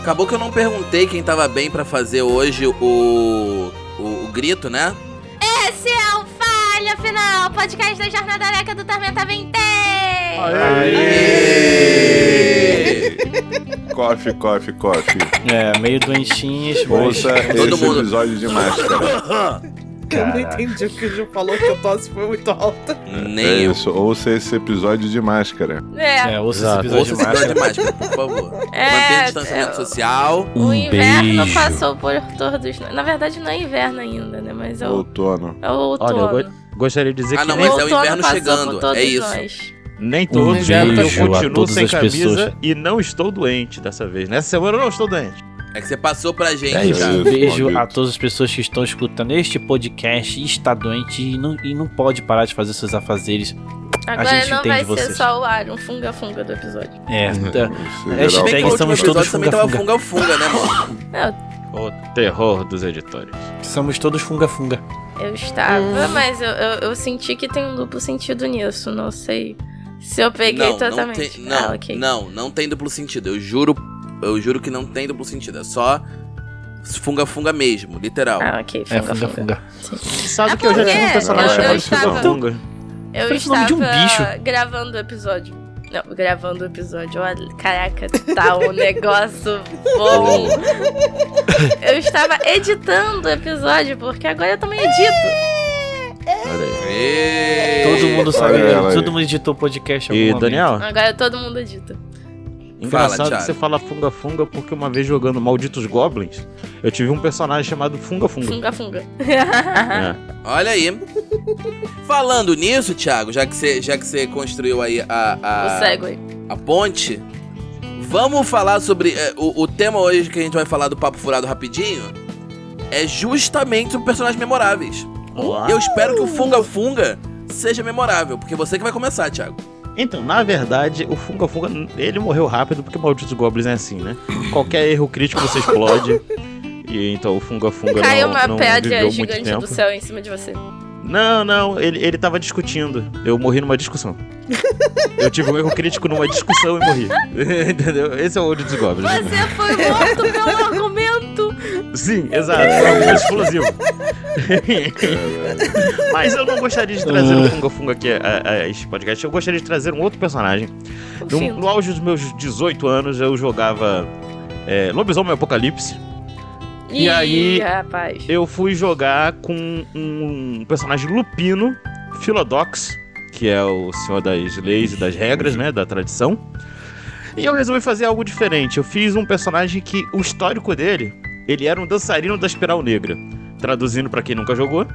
Acabou que eu não perguntei quem tava bem pra fazer hoje o, o, o grito, né? Esse é o Falha Final, podcast da Jornada Areca do Tormenta 20! Coffee, coffee, coffee. É, meio doentinhos, mas... Ouça Todo esse mundo. episódio de máscara. Eu não Caraca. entendi o que o Gil falou, que a tosse foi muito alta. É Nem eu. isso, ouça esse episódio de máscara. É, É, ouça esse Exato. episódio Ouça de esse episódio máscara. de máscara, por favor. É, Mantenha o distanciamento eu- social. o Um inverno beijo. passou por todos. Na verdade, não é inverno ainda, né? Mas é o, Outono. é o Olha, outono. eu go- gostaria de dizer Ah, que não, nem, mas é o outono inverno passou chegando, por todos é isso. nós. nem Um todos beijo vieram, eu a continuo todas sem as pessoas. camisa e não estou doente dessa vez. Nessa semana eu não estou doente. É que você passou pra gente, É isso. já. Isso, Beijo maldito. a todas as pessoas que estão escutando este podcast e está doente e não, e não pode parar de fazer seus afazeres. Agora gente não entende vai ser vocês. só o ar, um funga-funga do episódio. É, Uhum. tá- Esse Hashtag geral- Bem que o último somos episódio todos também tava funga ao funga, né, mano? O terror dos editores. somos todos funga-funga. Eu estava, mas eu, eu, eu senti que tem um duplo sentido nisso, não sei se eu peguei não, não, totalmente. tem, não, ah, ok. não, não tem duplo sentido. Eu juro, eu juro que não tem duplo sentido. É só funga funga mesmo, literal. Ah, ok, É, funga-funga. funga-funga. Sabe É que eu já porque tive um personagem eu- eu chamado estava- Funga-Funga? Eu Parece o nome estava de um bicho. gravando o episódio. Não, gravando o episódio. Olha, caraca, tá um negócio bom. Eu estava editando o episódio, porque agora eu também edito. Olha Ê! Todo mundo sabe, Olha ela aí. todo mundo editou podcast em algum aí. E momento. Daniel, Agora todo mundo edita. engraçado Thiago. que você fala funga-funga porque uma vez jogando Malditos Goblins, eu tive um personagem chamado Funga-Funga. Funga, funga. É. Olha aí. Falando nisso, Thiago, já que você, já que você construiu aí a, O a, Segway. a ponte, vamos falar sobre. eh, o, o tema hoje que a gente vai falar do Papo Furado rapidinho é justamente sobre personagens memoráveis. E Eu espero que o Funga Funga seja memorável, porque é você que vai começar, Thiago. Então, na verdade, o Funga Funga, ele morreu rápido porque Malditos Goblins é assim, né? Qualquer erro crítico você explode. E então o Funga Funga Caiu não, uma não pedra viveu muito gigante tempo. do céu em cima de você. Não, não, ele, ele tava discutindo. Eu morri numa discussão. Eu tive um erro crítico numa discussão e morri. Entendeu? Esse é o Malditos Goblins. Você foi morto pelo argumento. Sim, exato. Foi um explosivo. Mas eu não gostaria de trazer o Funga Funga aqui a, a este podcast. Eu gostaria de trazer um outro personagem. No, Enfim, no auge dos meus 18 anos, eu jogava é, Lobisomem Apocalipse. e Ih, aí- rapaz. Eu fui jogar com um personagem lupino, Philodox, que é o senhor das leis e das regras, né? Da tradição. E eu resolvi fazer algo diferente. Eu fiz um personagem que o histórico dele, ele era um dançarino da Espiral Negra. Traduzindo pra quem nunca jogou,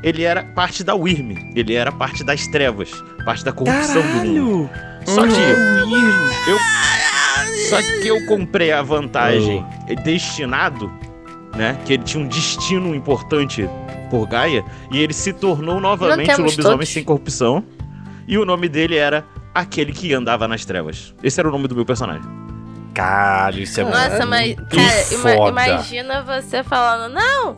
ele era parte da Wyrm, ele era parte das trevas, parte da corrupção do mundo. Caralho! Só que Uhum. Caralho! Só que eu comprei a vantagem destinado, né? Que ele tinha um destino importante por Gaia. E ele se tornou novamente o temos lobisomem todos. sem corrupção. E o nome dele era Aquele que andava nas trevas. Esse era o nome do meu personagem. Caralho, isso é Nossa, muito mas cara, ima- foda. imagina você falando, não!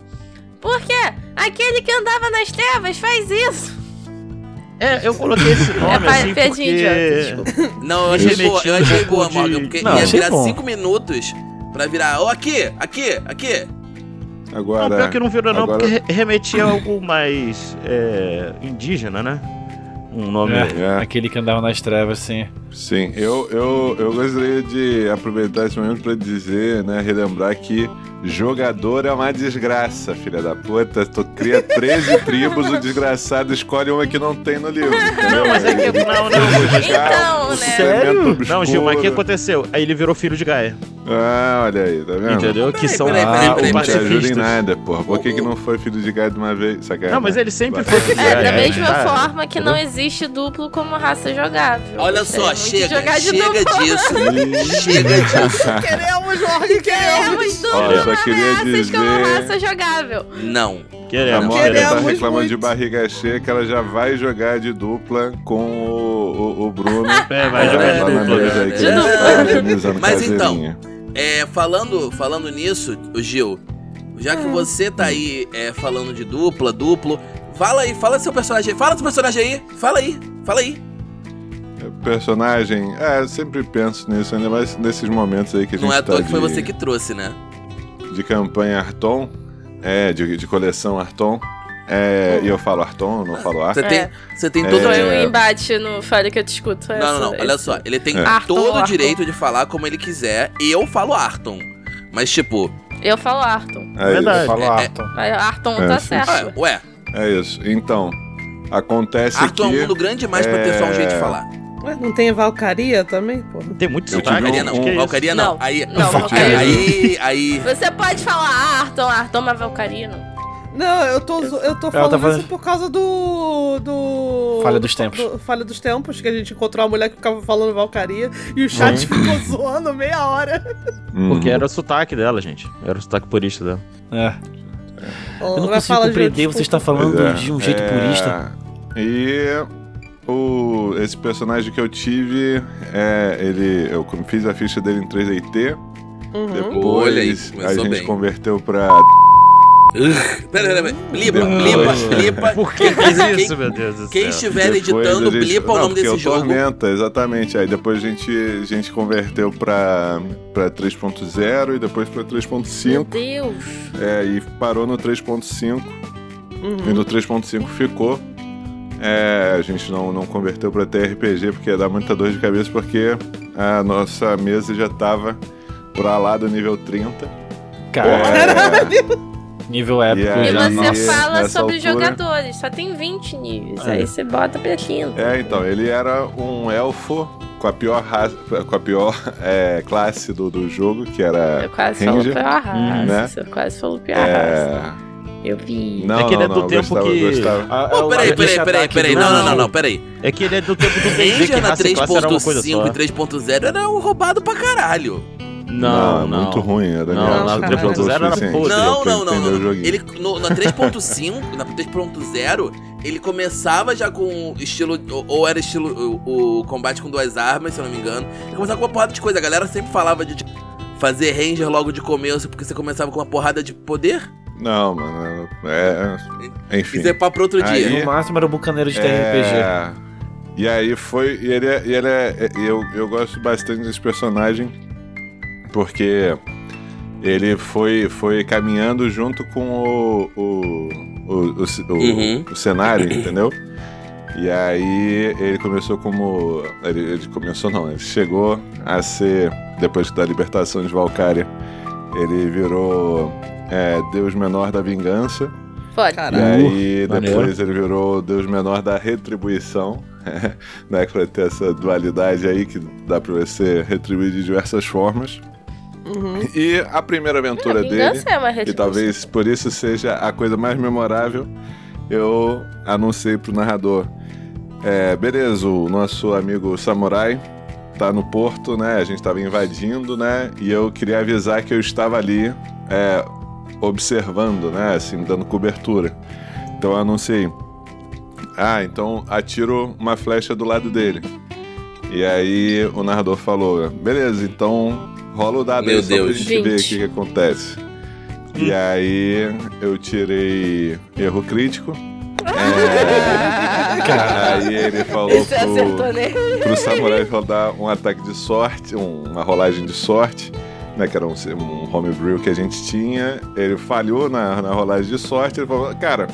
Por quê? Aquele que andava nas trevas faz isso! É, eu coloquei esse é nome pa- assim piadinha idiota, porque... desculpa. Não, eu achei Remetido boa, eu achei ao boa, de- Morgan, porque um Não, ia achei virar bom. cinco minutos pra virar, ó, aqui, aqui, aqui. Não, Agora. Ah, pior que não virou não, agora- porque re- remetia a algo mais é, indígena, né? Um nome... É. É, Aquele que andava nas trevas, assim. sim, eu, eu, eu gostaria de aproveitar esse momento pra dizer, né, relembrar que jogador é uma desgraça, filha da puta. Tu cria 13 tribos, o desgraçado escolhe uma que não tem no livro. Não, mas é que- não, não. Então, né? Não, é Gil, mas o que aconteceu? Aí ele virou filho de Gaia, Ah, olha aí, tá vendo? entendeu? Que Peraí, são peraí, peraí, ah, peraí, o não te pacifistas. ajuda em pacifista. nada, porra. Por que, que não foi filho de gado de uma vez? Sacanagem. Não, mas ele sempre Vai. foi filho de É, Gaia. da É, mesma cara. forma que não existe duplo como raça jogável. Olha Gostaria só, muito de chega, jogar de chega duplo. É, disso. Ih. Chega disso. Queremos, Jorge, queremos! Temos é duplo Olha, eu Olha, só na queria raças como dizer- raça jogável. Não. A Queremos, Mônica queremos. tá Queremos reclamando muito. de barriga cheia que ela já vai jogar de dupla com o, o- o Bruno. É, vai jogar Ela de tá na dupla, mesa né? aí que De ele dupla. tá organizando Mas então, caseirinha. É, falando, falando nisso, ô, Gil, já que você tá aí é, falando de dupla, duplo, fala aí, fala seu personagem aí. Fala seu personagem aí. Fala aí, fala aí. personagem. É, eu sempre penso nisso, ainda mais nesses momentos aí que a gente Não é à tá toa que foi de- você que trouxe, né? de campanha Arton, é, de, de coleção Arton. É, E eu falo Arton, eu não falo É Arton. É Você tem, você tem todo. Foi Ah. É. um embate no Fale que eu te escuto. é Não, essa- não, não. Olha só, ele tem É. Arton, todo o Arton. direito de falar como ele quiser. Eu falo Arton. Mas, tipo, Eu falo Arton. É, Verdade. isso, Fala, É, é- Arthur. Mas Arton É, tá sim. ah, certo. ué, é isso. Então, acontece Arton é um que... mundo grande demais pra ter só um é, jeito de falar. Ué, não tem Valcaria também, pô? Tem muito Eu um sotaque. Valcaria tive gente, não, que isso? Valcaria não. Não, Aí, não, aí, Valcaria. aí, aí- Você pode falar Arton, Arton, mas Valcaria não. Não, eu tô, zo- eu tô Ela falando tá falando- isso por causa do. do. Falha dos tempos. do- Falha dos tempos, que a gente encontrou uma mulher que ficava falando Valcaria e o chat ficou zoando meia hora. Uhum. Porque era o sotaque dela, gente. Era o sotaque purista dela. É. Eu não Vai consigo falar tipo, de compreender, outro- você está falando Pois é, de um jeito é, purista. E o, esse personagem que eu tive, é, ele, eu fiz a ficha dele em 3DT, Uhum. Olha aí, depois a começou gente bem. converteu pra... Ugh, Pera, pera, pera. Blipa, blipa, Depois- blipa. Por que fez isso, meu Deus do Quem céu? estiver Depois editando, a gente- blipa o Não, nome porque desse é o jogo. Tormenta, exatamente. Aí depois a gente, a gente converteu pra, pra 3.0 e depois Meu pra 3.5. Deus. É, e parou no 3.5. E Uhum. no 3.5 ficou. É, a gente não, não converteu pra TRPG porque ia dar muita dor de cabeça, porque a nossa mesa já tava pra lá do nível 30. Cara, Caralho! nível épico Yeah. E já. você nossa. fala É, Nessa sobre altura- jogadores, só tem 20 níveis. É. Aí você bota pra 15. É, então, ele era um elfo com a pior, raça, com a pior é, classe do, do jogo, que era. Eu quase falo Ranger, pior raça. É, né? Eu quase falo pior raça. É, Eu vi. Não, É que ele não, é do não, eu tempo gostava, que- Ah, eu gostava. A- a- Pô, peraí, a- peraí, a- peraí, a- peraí. a- Não, não, não, não, peraí. É que ele é do tempo do D&D, que Ranger na raça e classe era uma coisa 3.5 só. e 3.0 era um roubado pra caralho. Não, não. Ah, Muito ruim, era Não, graça, não, era tempo tudo zero era suficiente podre. pra não, não, não, entender o não. joguinho. Ele no, na 3.5, na 3.0, ele começava já com estilo ou, ou era estilo o, o combate com duas armas, se eu não me engano. Ele começava com uma porrada de coisa. A galera sempre falava de fazer ranger logo de começo porque você começava com uma porrada de poder Não, mano, é... Enfim. e você pá pro outro Aí- dia. No máximo era o bucaneiro de TRPG. É, E aí foi. E ele, é- e ele é. e Eu, eu gosto bastante desse personagem porque ele foi, foi caminhando junto com o. o, o, o, ce- o- Uhum. o cenário, entendeu? E aí ele começou como. Ele, ele começou não, ele chegou a ser. Depois da libertação de Valkyria, ele virou é, Deus Menor da Vingança. Pode. E Caralho. aí, maneiro. depois ele virou o Deus Menor da Retribuição, né? Que vai ter essa dualidade aí que dá pra você retribuir de diversas formas. Uhum. E a primeira a aventura dele, vingança é uma e retribuição. talvez por isso seja a coisa mais memorável, eu anunciei pro narrador. É, beleza, o nosso amigo Samurai tá no porto, né? A gente tava invadindo, né? E eu queria avisar que eu estava ali é, observando, né? Assim, dando cobertura. Então eu anunciei. Ah, então atiro uma flecha do lado dele. E aí o narrador falou: beleza, então rola o dado Meu aí só pra Deus. gente ver o 20. que, que acontece. E aí eu tirei erro crítico. É, aí ele falou Você é acertou né? pro, nele. pro samurai rodar um ataque de sorte, um- uma rolagem de sorte, né? Que era um, um homebrew que a gente tinha. Ele falhou na, na rolagem de sorte. Ele falou, cara,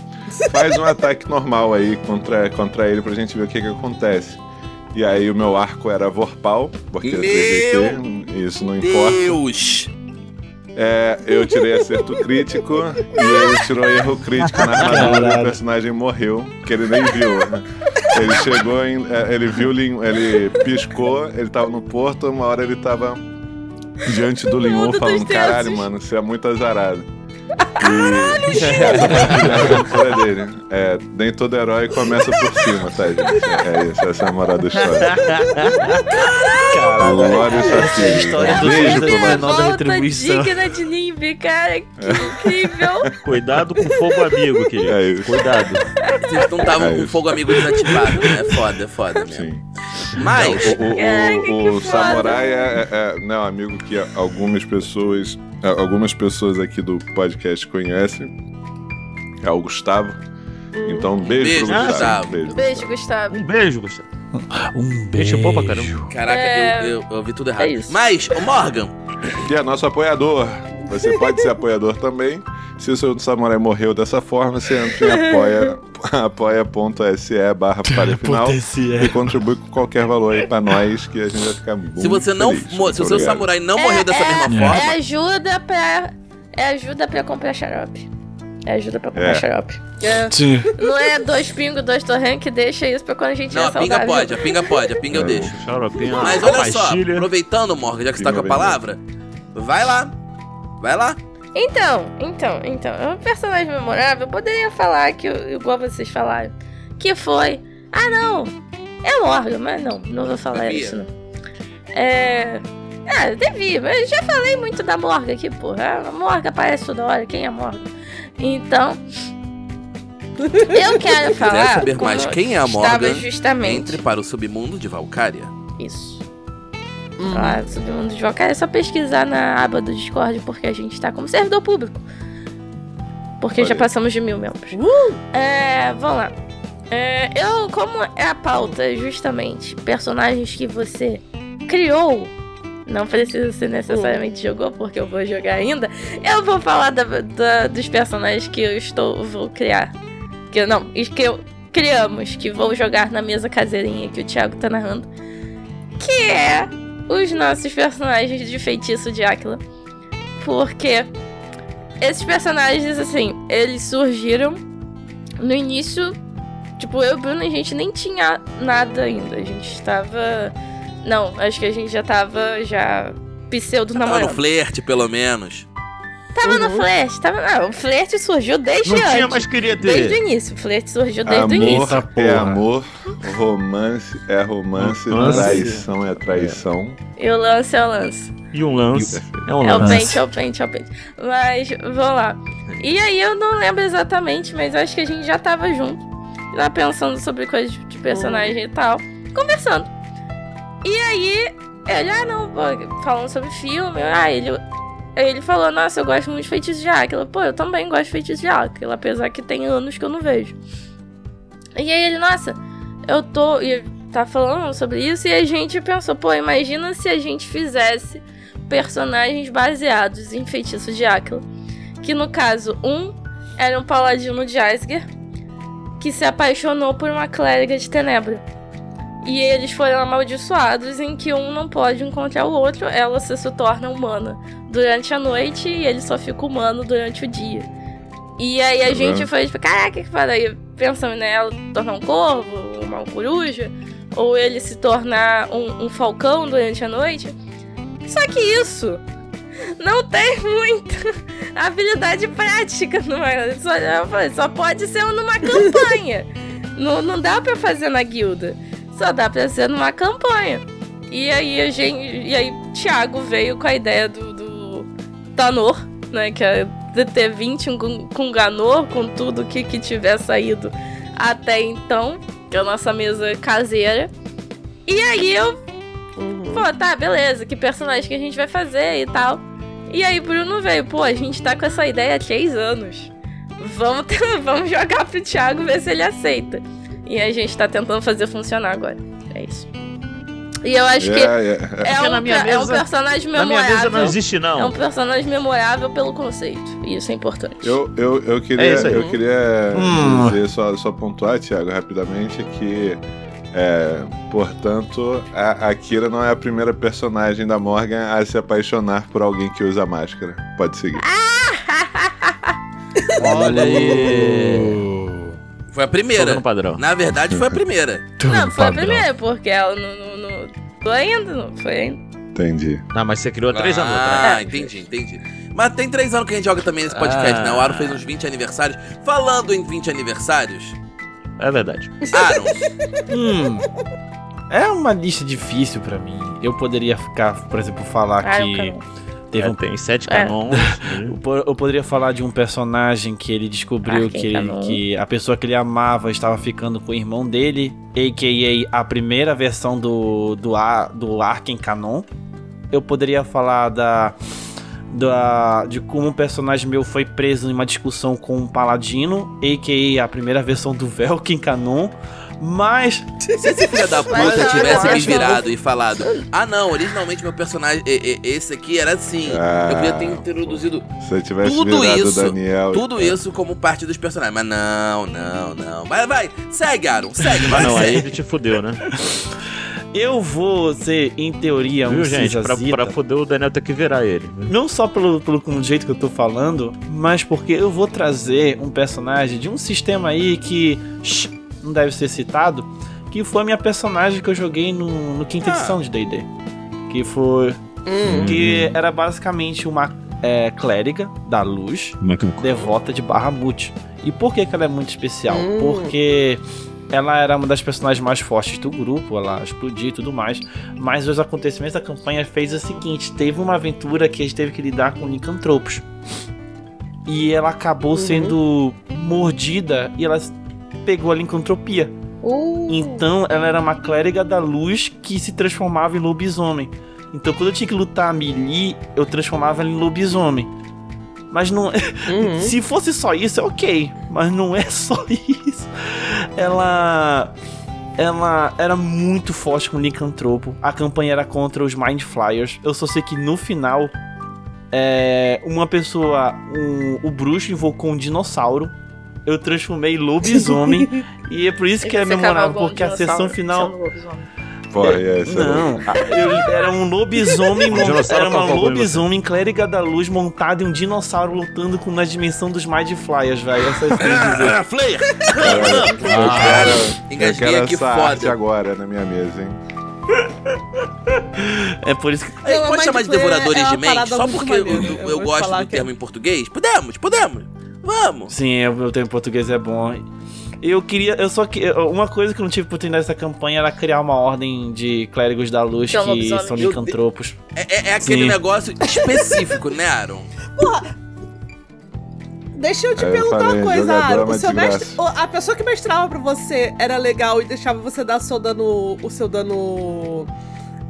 faz um ataque normal aí contra, contra ele pra gente ver o que, que acontece. E aí o meu arco era Vorpal, porque Meu é 3DT, isso não importa. Deus! É, eu tirei acerto crítico e ele tirou erro crítico na armadura e o Caralho. personagem morreu, que ele nem viu. né? Ele chegou, em, é, ele viu, o Lin- ele piscou, ele tava no porto, uma hora ele tava diante do Linhon mundo dos falando: deuses." caralho, mano, você é muito azarado. E essa foi a aventura dele. É, nem todo herói começa por cima, tá, gente? É isso, essa é a moral da história. Caralho. Glória e Essa é a história do Beijo Deus pra menor da Volta retribuição. digna de Nimbi, cara. Que incrível. Cuidado com fogo amigo, querido. É isso. Cuidado. Vocês não estavam É com isso. fogo amigo desativado, né? É foda, é foda mesmo. Sim. Mas, O- o- Caraca, o, o que foda. samurai é, é- é- não amigo que algumas pessoas, é, algumas pessoas aqui do podcast conhecem. É o Gustavo. Então, beijo, Beijo, pro Gustavo. Gustavo. Beijo. Hum. Beijo, Gustavo. Um beijo, Gustavo. Um Gente beijo. boa pra caramba. Caraca, É. eu, eu, eu vi tudo errado. É isso. Mas, ô Morgan, E é nosso apoiador. Você pode ser apoiador também. Se o seu samurai morreu dessa forma, você entra em apoia- apoia.se barra para final e contribui com qualquer valor aí pra nós, que a gente vai ficar muito se você não. feliz. mo- se o Muito seu obrigado. samurai não É, morrer dessa é, mesma é. forma, É ajuda pra. É ajuda pra comprar xarope. É ajuda pra comprar É. xarope. Sim. Não é dois pingos, dois torrentes, deixa isso pra quando a gente não, é a pinga saudável. pode, a pinga pode, a pinga É. eu deixo. Xaropinho, Mas olha só, pastilha. aproveitando, Morgan, já que você tá com a Pinga palavra, vai lá. Vai lá. Então, então, então, é um personagem memorável. Eu poderia falar que, eu- igual vocês falaram, que foi. Ah, não! É Morgan, mas não, não vou falar Devia. isso, não. É. Ah, eu devia, mas eu já falei muito da Morgan aqui, porra. A Morgan aparece toda hora, quem é Morgan? Então. Eu quero falar. saber mais como quem é a Estava Morgan, justamente. Entre para o submundo de Valkyria. Isso. Uhum. uhum, Lá, Submundo de Valkyrie, é só pesquisar na aba do Discord, porque a gente tá como servidor público. Porque Olha já aí. Uh! passamos de mil membros. É, vamos lá. É, eu, como é a pauta, é justamente, personagens que você criou, não precisa ser necessariamente jogou, porque eu vou jogar ainda, eu vou falar da- da- dos personagens que eu estou, vou criar. Que eu- não, e que eu criamos, que vou jogar na mesa caseirinha que o Thiago tá narrando. Que é os nossos personagens de feitiço de Áquila. Porque esses personagens, assim, eles surgiram no início. Tipo, eu e o Bruno, a gente nem tinha nada ainda. A gente estava. Não, acho que a gente já tava já Tava pseudo-namorando. no Tá flerte, pelo menos. Tava no flerte, tava. Não, o flerte surgiu desde Não antes. tinha, mas queria Desde o ter. início. O flerte surgiu desde o Amor início. Eita é porra. amor, romance é romance, Romance. traição é traição. E o lance é o lance. E um lance. É um É o lance. pente, é o pente, é o pente. Mas, vamos lá. E aí eu não lembro exatamente, mas eu acho que a gente já tava junto. Lá pensando sobre coisas de personagem e tal. Conversando. E aí, ele, ah não, pô, falando sobre filme. Ah, ele. aí Ele falou, nossa, eu gosto muito de feitiço de Áquila. Pô, eu também gosto de feitiço de Áquila, apesar que tem anos que eu não vejo. E aí ele, nossa, eu tô. E tá falando sobre isso. E a gente pensou, pô, imagina se a gente fizesse personagens baseados em feitiços de Áquila. Que no caso, um era um paladino de Asger que se apaixonou por uma clériga de Tenebra. E eles foram amaldiçoados em que um não pode encontrar o outro, ela se, se torna humana durante a noite e ele só fica humano durante o dia. E aí a Uhum. gente foi tipo, caraca, que foda. Aí pensando nela tornar um corvo, uma coruja, ou ele se tornar um- um falcão durante a noite. Só que isso não tem muita habilidade prática no Minecraft. Só, eu falei, só pode ser numa campanha. não, não dá pra fazer na guilda. Só dá pra ser numa campanha. E aí a gente. E aí Thiago veio com a ideia do, do Tanor, né? Que é DT20 com, com Ganor, com tudo que, que tiver saído até então. Que é a nossa mesa caseira. E aí eu pô, tá, beleza, que personagem que a gente vai fazer e tal. E aí Bruno veio, pô, a gente tá com essa ideia há três anos. Vamos, te- vamos jogar pro Thiago ver se ele aceita. E a gente tá tentando fazer funcionar agora. É isso. E eu acho que É, é, é. é Porque um, na minha pe- é um mesa- personagem Na minha mesa não memorável. existe, É um não. personagem memorável pelo conceito. E isso é importante. Eu, eu, eu queria, É isso aí. eu queria Hum. dizer, só, só pontuar, Thiago, rapidamente, que, é, portanto, a a Kira não é a primeira personagem da Morgan a se apaixonar por alguém que usa máscara. Pode seguir. Ah. Olha aí. Oh. Foi a Só no primeira. padrão. Na verdade, foi a primeira. Não, foi a Padrão. primeira, porque ela não. não, não... Foi ainda, não foi ainda. Entendi. Não, mas você criou há três tá? anos atrás. Ah, entendi, entendi. Mas tem três anos que a gente joga também nesse podcast, Ah. né? O Aaron fez uns 20 aniversários. Falando em 20 aniversários, É verdade. Aaron, Hum. É uma lista difícil pra mim. Eu poderia ficar, por exemplo, falar Ah, eu que quero. teve É, um Tem sete É. canons. Eu po- Eu poderia falar de um personagem que ele descobriu Arquem que, ele- Canon. que a pessoa que ele amava estava ficando com o irmão dele, a.k.a. a primeira versão do, do, a, do Arken Canon. Eu poderia falar da, da, de como um personagem meu foi preso em uma discussão com um paladino, a.k.a. a primeira versão do Velkin Canon. Mas Se esse filho da Mas puta eu tivesse acho me que- virado e falado: Ah, não, originalmente meu personagem, e- e- esse aqui era assim. Ah, eu podia ter introduzido Se eu tivesse Tudo virado isso, o Daniel. é, tudo isso como parte dos personagens. Mas não, não, não. Mas vai, segue, Aaron, segue. Ah, Vai, não, aí segue. ele te fudeu, né? eu vou ser, em teoria, um Viu, gente? Pra, cisazita. pra fuder o Daniel tem que virar ele. Não só pelo, pelo com o jeito que eu tô falando, mas porque eu vou trazer um personagem de um sistema aí que shh, não deve ser citado, que foi a minha personagem que eu joguei no, no quinta Ah. edição de D&D. Que foi... Que era basicamente uma é, clériga da luz, Como é que devota de Bahamut. E por que, que ela é muito especial? Hum. Porque ela era uma das personagens mais fortes do grupo, ela explodiu e tudo mais. Mas os acontecimentos da campanha fez o seguinte: teve uma aventura que a gente teve que lidar com licantropos. E ela acabou Uhum. sendo mordida e ela pegou a lincantropia. Uh, Então ela era uma clériga da luz que se transformava em lobisomem. Então quando eu tinha que lutar a melee, eu transformava ela em lobisomem. Mas não, uhum. se fosse só isso, é ok. Mas não é só isso. Ela. Ela era muito forte com o Licantropo. A campanha era contra os Mind Flyers. Eu só sei que no final. é, uma pessoa. um- o bruxo invocou um dinossauro. Eu transformei em lobisomem. e é por isso que é Você memorável, cavalgou um porque a sessão dinossauro, final. você é um lobisomem. Porra, é essa. Não, eu- era um lobisomem, Um mon- dinossauro era uma cavalgou em você. lobisomem clériga da luz montada em um dinossauro lutando com na dimensão dos Mind Flyers, velho. é Essas coisas. Ah, Flayer! Eu quero, eu Ah, Engasguei quero aqui essa arte foda. agora na minha mesa, hein? É por isso que Ei, Não, pode mas chamar de foi- devoradores é uma de mente? parada Só muito porque eu, maneira. eu- Eu eu vou gosto falar do que- é termo em português? Podemos, podemos. Vamos. Sim, é, o meu tempo em português é bom. Eu queria. Eu só que. Uma coisa que eu não tive oportunidade nessa campanha era criar uma ordem de clérigos da luz Que é um que lobisomem. são Meu licantropos. É, é- é aquele Sim. negócio específico, né, Aaron? Deixa eu te Eu perguntar falei, uma coisa, jogador é Aro. uma O seu desgraça. mestre, o- a pessoa que mestrava pra você era legal e deixava você dar seu dano, o seu dano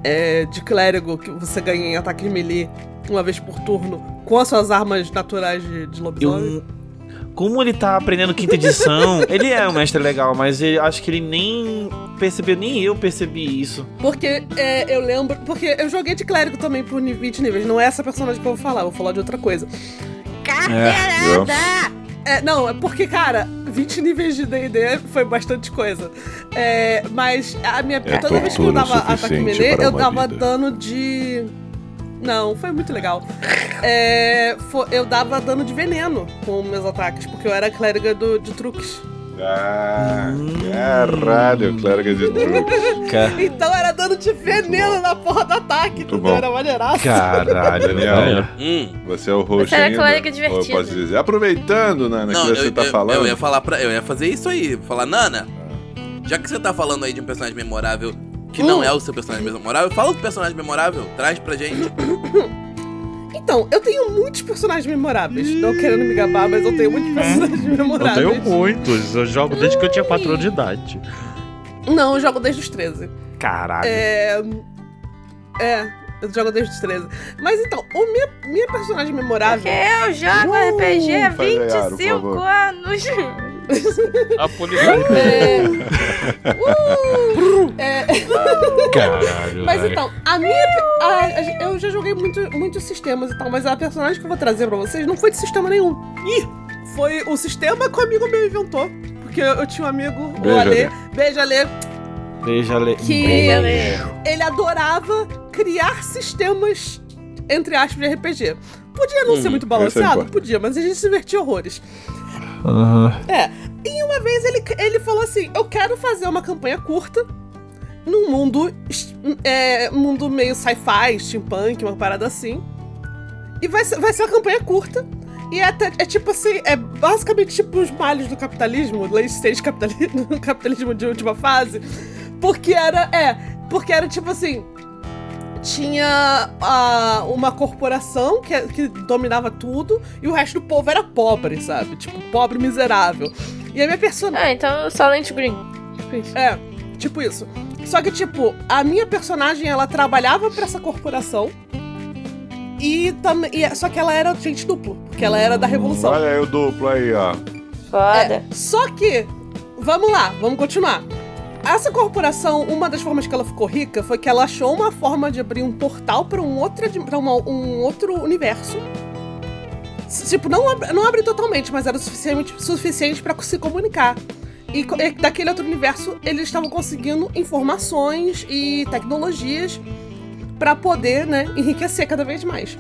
é, de clérigo que você ganha em ataque de melee uma vez por turno com as suas armas naturais de, de Eu, lobisomem? um como ele tá aprendendo quinta edição, ele é um mestre legal, mas ele, acho que ele nem percebeu, nem eu percebi isso. Porque é, eu lembro. Porque eu joguei de clérigo também por ni- 20 níveis. Não é essa personagem que eu vou falar, eu vou falar de outra coisa. Viu? É, não, é porque, cara, 20 níveis de DD foi bastante coisa. É, mas a minha. É toda vez que eu tortura o dava ataque suficiente melee, para eu uma dava vida. dano de. Não, foi muito legal. É, fo- eu dava dano de veneno com meus ataques, porque eu era clériga do- de truques. Ah, Hum. caralho, clérigo de truque. Ca- Então era dano de veneno na porra do ataque, Muito entendeu? bom. Era maneiraço. Caralho, Daniel, Hum. você é o host Você era ainda? clérigo divertido. Ou eu posso dizer? Aproveitando, Nana, Não, que você eu, tá eu- falando. eu ia falar pra. Eu ia fazer isso aí. Falar, Nana, já que você tá falando aí de um personagem memorável que não Hum. é o seu personagem memorável, fala do personagem memorável, traz pra gente. Então, eu tenho muitos personagens memoráveis. Não querendo me gabar, mas eu tenho Hum. muitos personagens Eu memoráveis. um. tenho muitos. Eu jogo desde que eu tinha 4 anos de idade. Não, eu jogo desde os 13. Caralho. É. É, eu jogo desde os 13. Mas então, o minha, minha personagem memorável. Porque Tá É, eu jogo Uh, RPG há faz aí, Aro, por 25 favor. anos. A polícia. É. Uh, é, Caralho. mas então, a minha. a- a- eu já joguei muito, muitos sistemas e tal, mas a personagem que eu vou trazer pra vocês não foi de sistema nenhum. Ih! Foi o sistema que o amigo meu inventou. Porque eu, eu tinha um amigo, Beijo, o Ale. Beijo, Ale. Beijo, Ale. Que- Beijo. ele adorava criar sistemas, entre aspas, de RPG. Podia não ser muito balanceado? importante. Podia, mas a gente se divertia horrores. Aham. É. E uma vez ele, ele falou assim: eu quero fazer uma campanha curta num mundo. es- é, mundo meio sci-fi, steampunk, uma parada assim. E vai ser, vai ser uma campanha curta. E é, até- é tipo assim, é basicamente tipo os males do capitalismo, late stage capitalismo, capitalismo de última fase. Porque era. É, porque era tipo assim. Tinha ah, uma corporação que, que dominava tudo e o resto do povo era pobre, sabe? Tipo, pobre miserável. E a minha personagem. Ah, então Silent Green. Tipo isso. É, tipo isso. Só que, tipo, a minha personagem, ela trabalhava pra essa corporação. E também. Só que ela era gente duplo, porque ela era da Revolução. Olha aí o duplo aí, ó. Foda. É, só que, vamos lá, vamos continuar. Essa corporação, uma das formas que ela ficou rica foi que ela achou uma forma de abrir um portal para um outro, pra uma- um outro universo. S- Tipo, não abre, não abre totalmente, mas era o suficiente, suficiente para se comunicar. E, co- e daquele outro universo, eles estavam conseguindo informações e tecnologias para poder, né, enriquecer cada vez mais.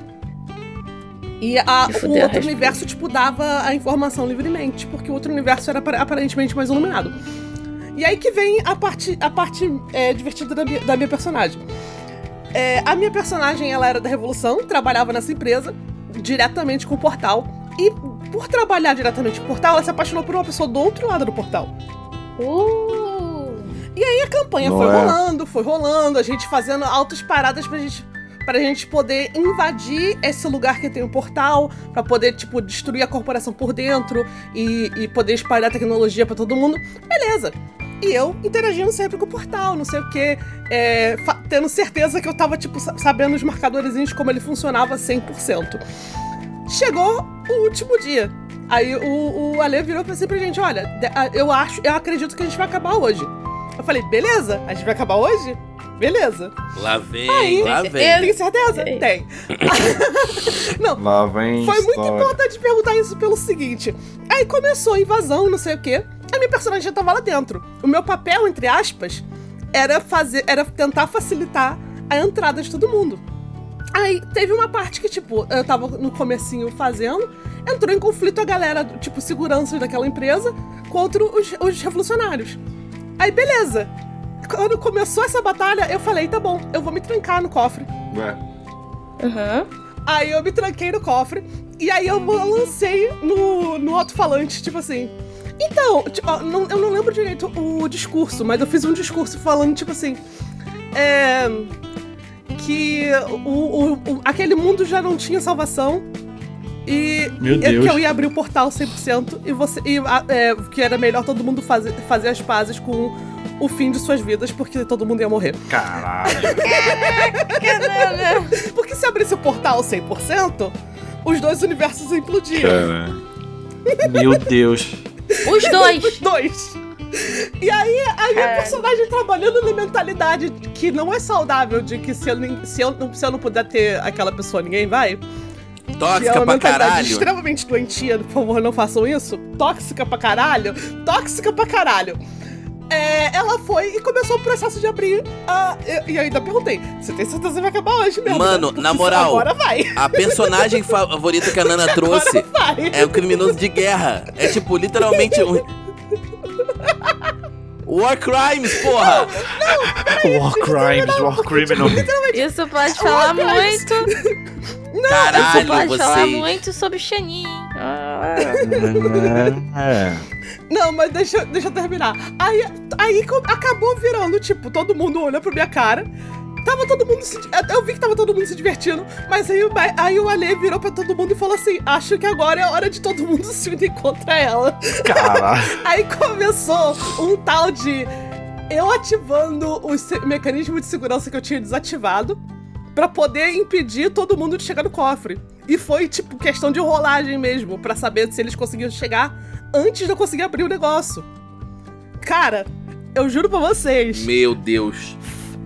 E a- Se o fuder, outro respeito. universo, tipo, dava a informação livremente, porque o outro universo era apare- aparentemente mais iluminado. E aí que vem a parte, a parte é, divertida da minha, da minha personagem. É, a minha personagem, ela era da Revolução, trabalhava nessa empresa, diretamente com o portal. E por trabalhar diretamente com o portal, ela se apaixonou por uma pessoa do outro lado do portal. É. Uh, E a campanha Não foi é? rolando, foi rolando, a gente fazendo altas paradas pra gente, pra gente poder invadir esse lugar que tem o portal, pra poder, tipo, destruir a corporação por dentro e, e poder espalhar tecnologia pra todo mundo. Beleza. E eu interagindo sempre com o portal, não sei o quê, é, fa- tendo certeza que eu tava, tipo, sa- sabendo os marcadorzinhos, como ele funcionava 100%. Chegou o último dia. Aí o, o Ale virou pra- assim pra gente, olha, de- a- eu acho, eu acredito que a gente vai acabar hoje. Eu falei, beleza, a gente vai acabar hoje? Beleza. Lá vem, Aí, lá eu- vem. Tem certeza? Ei. Tem. Lá vem Foi muito história. importante perguntar isso pelo seguinte. Aí começou a invasão, não sei o quê. A minha personagem já tava lá dentro. O meu papel, entre aspas, era fazer, era tentar facilitar a entrada de todo mundo. Aí teve uma parte que, tipo, eu tava no comecinho fazendo, entrou em conflito a galera, tipo, seguranças daquela empresa contra os, os revolucionários. Aí, beleza. Quando começou essa batalha, eu falei, tá bom, eu vou me trancar no cofre. Ué, aham. Aí eu me tranquei no cofre e aí eu lancei no, no alto-falante, tipo assim. Então, ti- ó, não- eu não lembro direito o discurso, mas eu fiz um discurso falando, tipo assim. É, que o, o- o- aquele mundo já não tinha salvação. E Meu é Deus. que eu ia abrir o portal 100% e você e, a- é, que era melhor todo mundo fazer, fazer as pazes com o fim de suas vidas, porque todo mundo ia morrer. Caralho. Porque se abrisse o portal 100%, os dois universos implodiam. É. cara. Meu Deus. Os dois. Os dois. E aí, a minha É. Caralho. personagem trabalhando na mentalidade que não é saudável, de que se eu, nem- se eu, não- se eu não puder ter aquela pessoa, ninguém vai. que é Tóxica uma pra mentalidade caralho. extremamente doentia, por favor, não façam isso. Tóxica pra caralho. Tóxica pra caralho. É, ela foi e começou o processo de abrir. a- e, e eu ainda perguntei: você tem certeza que vai acabar hoje mesmo? Mano, Porque na moral. Agora vai. A personagem favorita que a Nana trouxe Vai. é o criminoso de guerra. É tipo, literalmente um. War crimes, porra! War crimes, war criminal. Isso pode falar muito. Isso Caralho, pode falar vocês. muito sobre Xanin. Ah, É. Não, mas deixa, deixa eu terminar. Aí, aí co- acabou virando, tipo, todo mundo olhou pra minha cara. Tava todo mundo se. eu- Eu vi que tava todo mundo se divertindo, mas aí, o ba- aí o Ale virou pra todo mundo e falou assim: Acho que agora é a hora de todo mundo se unir contra ela. Caralho. Aí começou um tal de eu ativando o se- mecanismo de segurança que eu tinha desativado pra poder impedir todo mundo de chegar no cofre. E foi tipo questão de rolagem mesmo pra saber se eles conseguiam chegar antes de eu conseguir abrir o negócio. Cara, eu juro pra vocês, Meu Deus.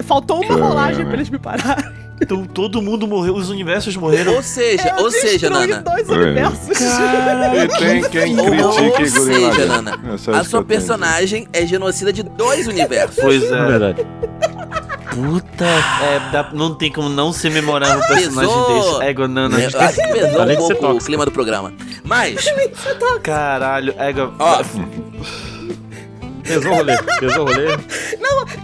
faltou uma Caramba. rolagem pra eles me pararem. Então todo mundo morreu, os universos morreram. Ou seja, ou seja, Destruí Nana. dois Olha. universos. E tem quem critique Ou Gurren seja, Lagann. Nana, É só A sua isso que eu tenho. personagem é genocida de dois universos. Pois É é. verdade. Puta. É, dá- não tem como não ser memorável um personagem Pesou. desse. Ego, Nana. Eu acho que pesou um Além de pouco ser o tóxico. clima do programa. Mas, Caralho. Ego. ó, Pesou o um rolê. Pesou o rolê.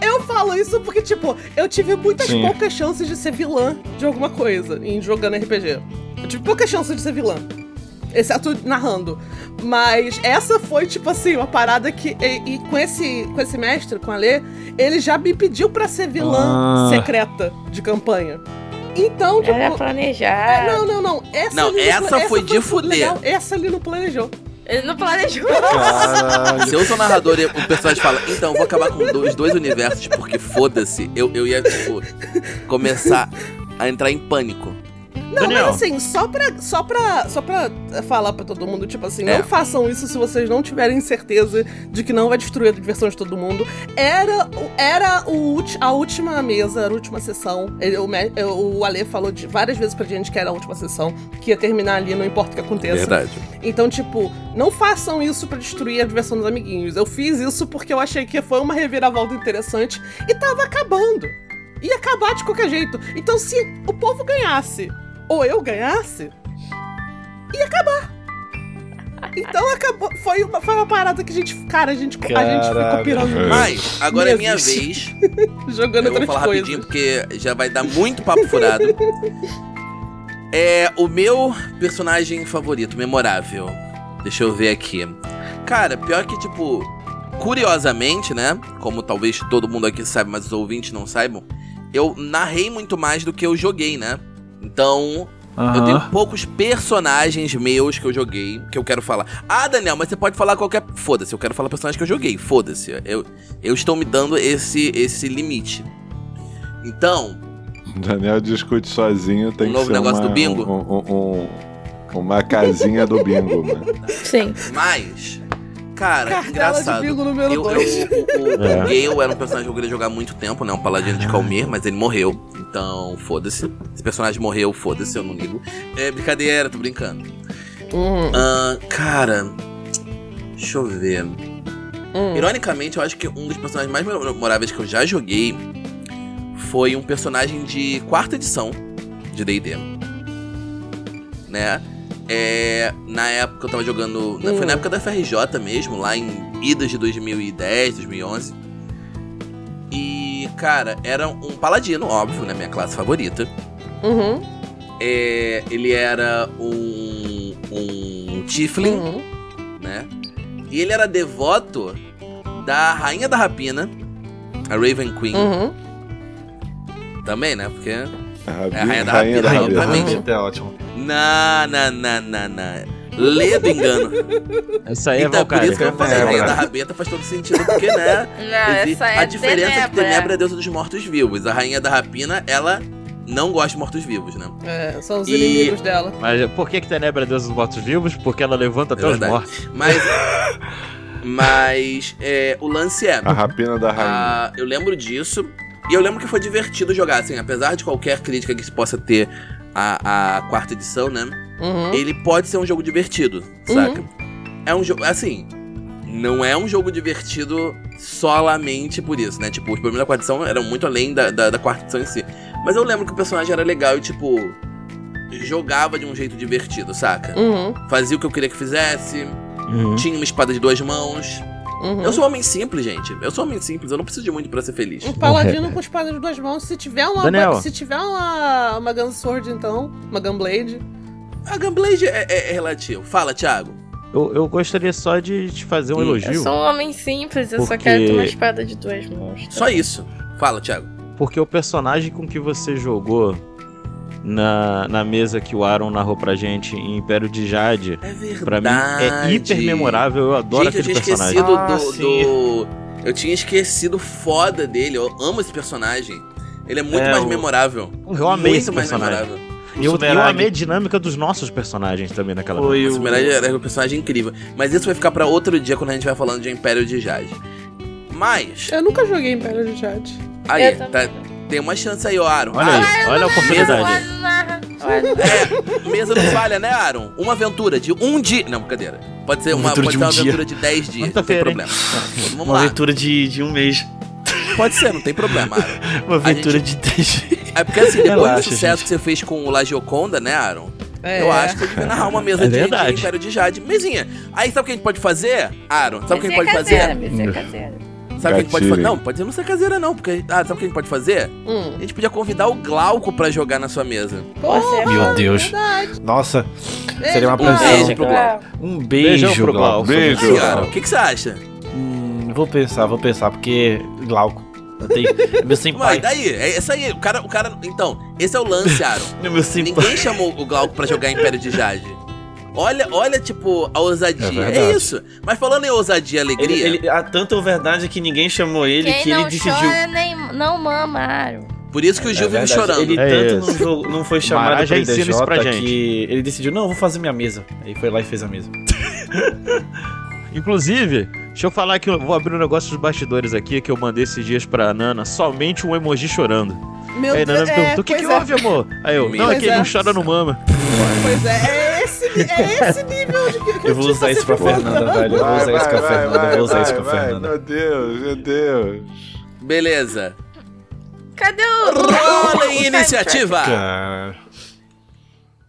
Eu falo isso porque, tipo, eu tive muitas Sim. poucas chances de ser vilã de alguma coisa em jogando RPG. Eu tive poucas chances de ser vilã. Exceto narrando. Mas essa foi, tipo assim, uma parada que. E, e com, esse, com esse mestre, com a Lê, ele já me pediu pra ser vilã Ah. secreta de campanha. Então, tipo. Era ah, planejado. não, não, não. Essa Não, ali no essa pla- foi de fuder. legal, Essa ali não planejou. Ele não planejou. Caralho. se eu sou narrador e o personagem fala, então, vou acabar com dois, dois universos, porque foda-se, eu, eu ia, tipo, começar a entrar em pânico. Não, Daniel. mas assim, só pra, só, pra, só pra eh, falar pra todo mundo, tipo assim, É. não façam isso se vocês não tiverem certeza de que não vai destruir a diversão de todo mundo. Era, o- era o, ulti- a última mesa, era a última sessão. Ele- o, me- eh, o Ale falou de, várias vezes pra gente que era a última sessão, que ia terminar ali, não importa o que aconteça. Verdade. Então, tipo, não façam isso pra destruir a diversão dos amiguinhos. Eu fiz isso porque eu achei que foi uma reviravolta interessante e tava acabando. Ia acabar de qualquer jeito. Então, se o povo ganhasse ou eu ganhasse, ia acabar. Então acabou. Foi uma, foi uma parada que a gente. Cara, a gente, a gente ficou Caralho. pirando É. Mas, agora é Meu minha Deus. vez. jogando Eu vou outras falar coisas. rapidinho porque já vai dar muito papo furado. É o meu personagem favorito, memorável. Deixa eu ver aqui. Cara, pior que, tipo, curiosamente, né? Como talvez todo mundo aqui saiba, mas os ouvintes não saibam, eu narrei muito mais do que eu joguei, né? Então, eu tenho poucos personagens meus que eu joguei, que eu quero falar. Ah, Daniel, mas você pode falar qualquer. Foda-se, eu quero falar personagem que eu joguei. Foda-se. Eu, eu estou me dando esse, esse limite. Então, Daniel discute sozinho, tem Um que novo ser negócio uma, do bingo? um- um- um- uma casinha do bingo, mano. Sim. mas. Cara, Cartela de engraçado. bingo Eu, número eu, 2. o, o, É. o Gale era um personagem que eu queria jogar há muito tempo, né? Um paladino de Calmir, mas ele morreu. Então, foda-se. Esse personagem morreu, foda-se, eu não ligo. É brincadeira, tô brincando. Uhum, Ahn, cara. Deixa eu ver. É. Ironicamente, eu acho que um dos personagens mais memoráveis que eu já joguei foi um personagem de quarta edição de D&D. Né? É, na época eu tava jogando... na- Foi na Hum. época da FRJ mesmo, lá em idas de 2010, 2011. E, cara, era um paladino, óbvio, né? Minha classe favorita. Uhum. É, ele era um... um tiefling Uhum. né? E ele era devoto da rainha da rapina, a Raven Queen, Hum. Uhum. também, né? Porque A Rabi- É a rainha da rainha da rapina, Rabi- obviamente. É ótimo. na na na na na lê do engano. Essa aí é Então, por Valkyrie. isso que eu falei, Tenebra. rainha da rabeta faz todo sentido, porque, né? Não, essa é a diferença é que Tenebra. Tenebra é a deusa dos mortos-vivos. A rainha da rapina, ela não gosta de mortos-vivos, né? É, são os E- inimigos dela. Mas por que, que Tenebra é deusa dos mortos-vivos? Porque ela levanta até os Verdade. mortos. Mas. mas. é, o lance é. A rapina da rainha. Ah, eu lembro disso. E eu lembro que foi divertido jogar, assim, apesar de qualquer crítica que se possa ter à, à quarta edição, né? Uhum. Ele pode ser um jogo divertido, saca? É um jogo. Assim, não é um jogo divertido solamente por isso, né? Tipo, os problemas da quarta edição eram muito além da, da, da quarta edição em si. Mas eu lembro que o personagem era legal e, tipo, jogava de um jeito divertido, saca? Uhum. Fazia o que eu queria que fizesse, tinha uma espada de duas mãos. Uhum. Eu sou um homem simples, gente. Eu sou um homem simples, eu não preciso de muito pra ser feliz. Um paladino com espada de duas mãos. Se tiver uma. Daniel. Se tiver uma. Uma Gunsword, então. Uma Gunblade. A Gunblade é, é- é relativo. Fala, Thiago. Eu, eu gostaria só de te fazer um Hum, elogio. Eu sou um homem simples, eu só Porque- quero ter uma espada de duas mãos. Só É. isso. Fala, Thiago. Porque o personagem com que você jogou na, na mesa que o Aaron narrou pra gente em Império de Jade, É verdade. pra mim é hiper memorável. Eu adoro Gente, eu tinha aquele personagem. esquecido Ah, do, sim. do- Eu tinha esquecido foda dele. Eu amo esse personagem. Ele é muito É, mais o- memorável. Eu amei muito esse mais personagem. memorável. E eu, O eu Sumerag. amei a dinâmica dos nossos personagens também naquela Foi Esse o... Mirage era um personagem incrível. Mas isso vai ficar pra outro dia quando a gente vai falando de Império de Jade. Mas, Eu nunca joguei Império de Jade. aí, também tá- não. tem uma chance aí, ó, Aaron. Olha Aaron, aí, olha a oportunidade. Olha, É, mesa não falha, né, Aaron? Uma aventura de um dia. Não, brincadeira. Pode ser uma, Aventura pode de ser uma um dia. aventura de 10 dias, não tem Quarta-feira, hein? problema. Vamos Uma lá. aventura de, de um mês. Pode ser, não tem problema, Aaron. Uma aventura de três É porque assim, depois Relaxa, do sucesso gente. que você fez com o Lagioconda, né, Aaron? É. Eu acho que você devia narrar uma mesa É de, de verdade. Império de Jade. Mesinha. Aí sabe o que a gente pode fazer, Aaron? Sabe o que a gente mesinha pode caseira, fazer? mesinha caseira. Sabe o que a gente pode Gatilho, fazer? hein? Não, pode ser não ser caseira, não. Porque, ah, sabe o que a gente pode fazer? Hum. A gente podia convidar o Glauco pra jogar na sua mesa. é Porra, é Meu Deus. verdade. Nossa, Beijo, seria uma Glauco. pensão. Beijo, pro Glauco. Um beijo, Beijão pro Glauco. Beijo. Aí, Aaron, o que, que você acha? Hum, vou pensar, vou pensar, porque Glauco. Eu tenho... é meu Vai, senpai. daí. É isso aí. O cara, o cara. Então, esse é o lance, Aaron. É meu senpai. Ninguém chamou o Glauco pra jogar Império de Jade. Olha, olha, tipo, a ousadia. É, verdade. isso. Mas falando em ousadia e Ele, alegria. ele, a tanta verdade que ninguém chamou ele Quem que não é ele decidiu. chora nem não mama, Aro. Por isso que o Gil vive verdade, chorando. Ele É tanto não, isso. jogou- não foi chamado Mara já pra ensina isso IDJ pra gente. que ele decidiu, não, eu vou fazer minha mesa. Aí foi lá e fez a mesa. Inclusive, deixa eu falar que eu vou abrir um negócio dos bastidores aqui que eu mandei esses dias pra Nana, somente um emoji chorando. Meu Aí a Nana Deus, me é, perguntou: o que, que pois é, houve, amor? Aí eu, não, Pois é que ele é. não chora, não mama. Pois é, é esse, é esse nível de que, que Eu vou te- usar você isso pra tá falando. Fernanda, velho. Eu vou usar isso com a Fernanda. Eu vou usar isso com a vai, Fernanda. Meu Deus, meu Deus. Beleza. Cadê o. Rola o time em iniciativa. Cara.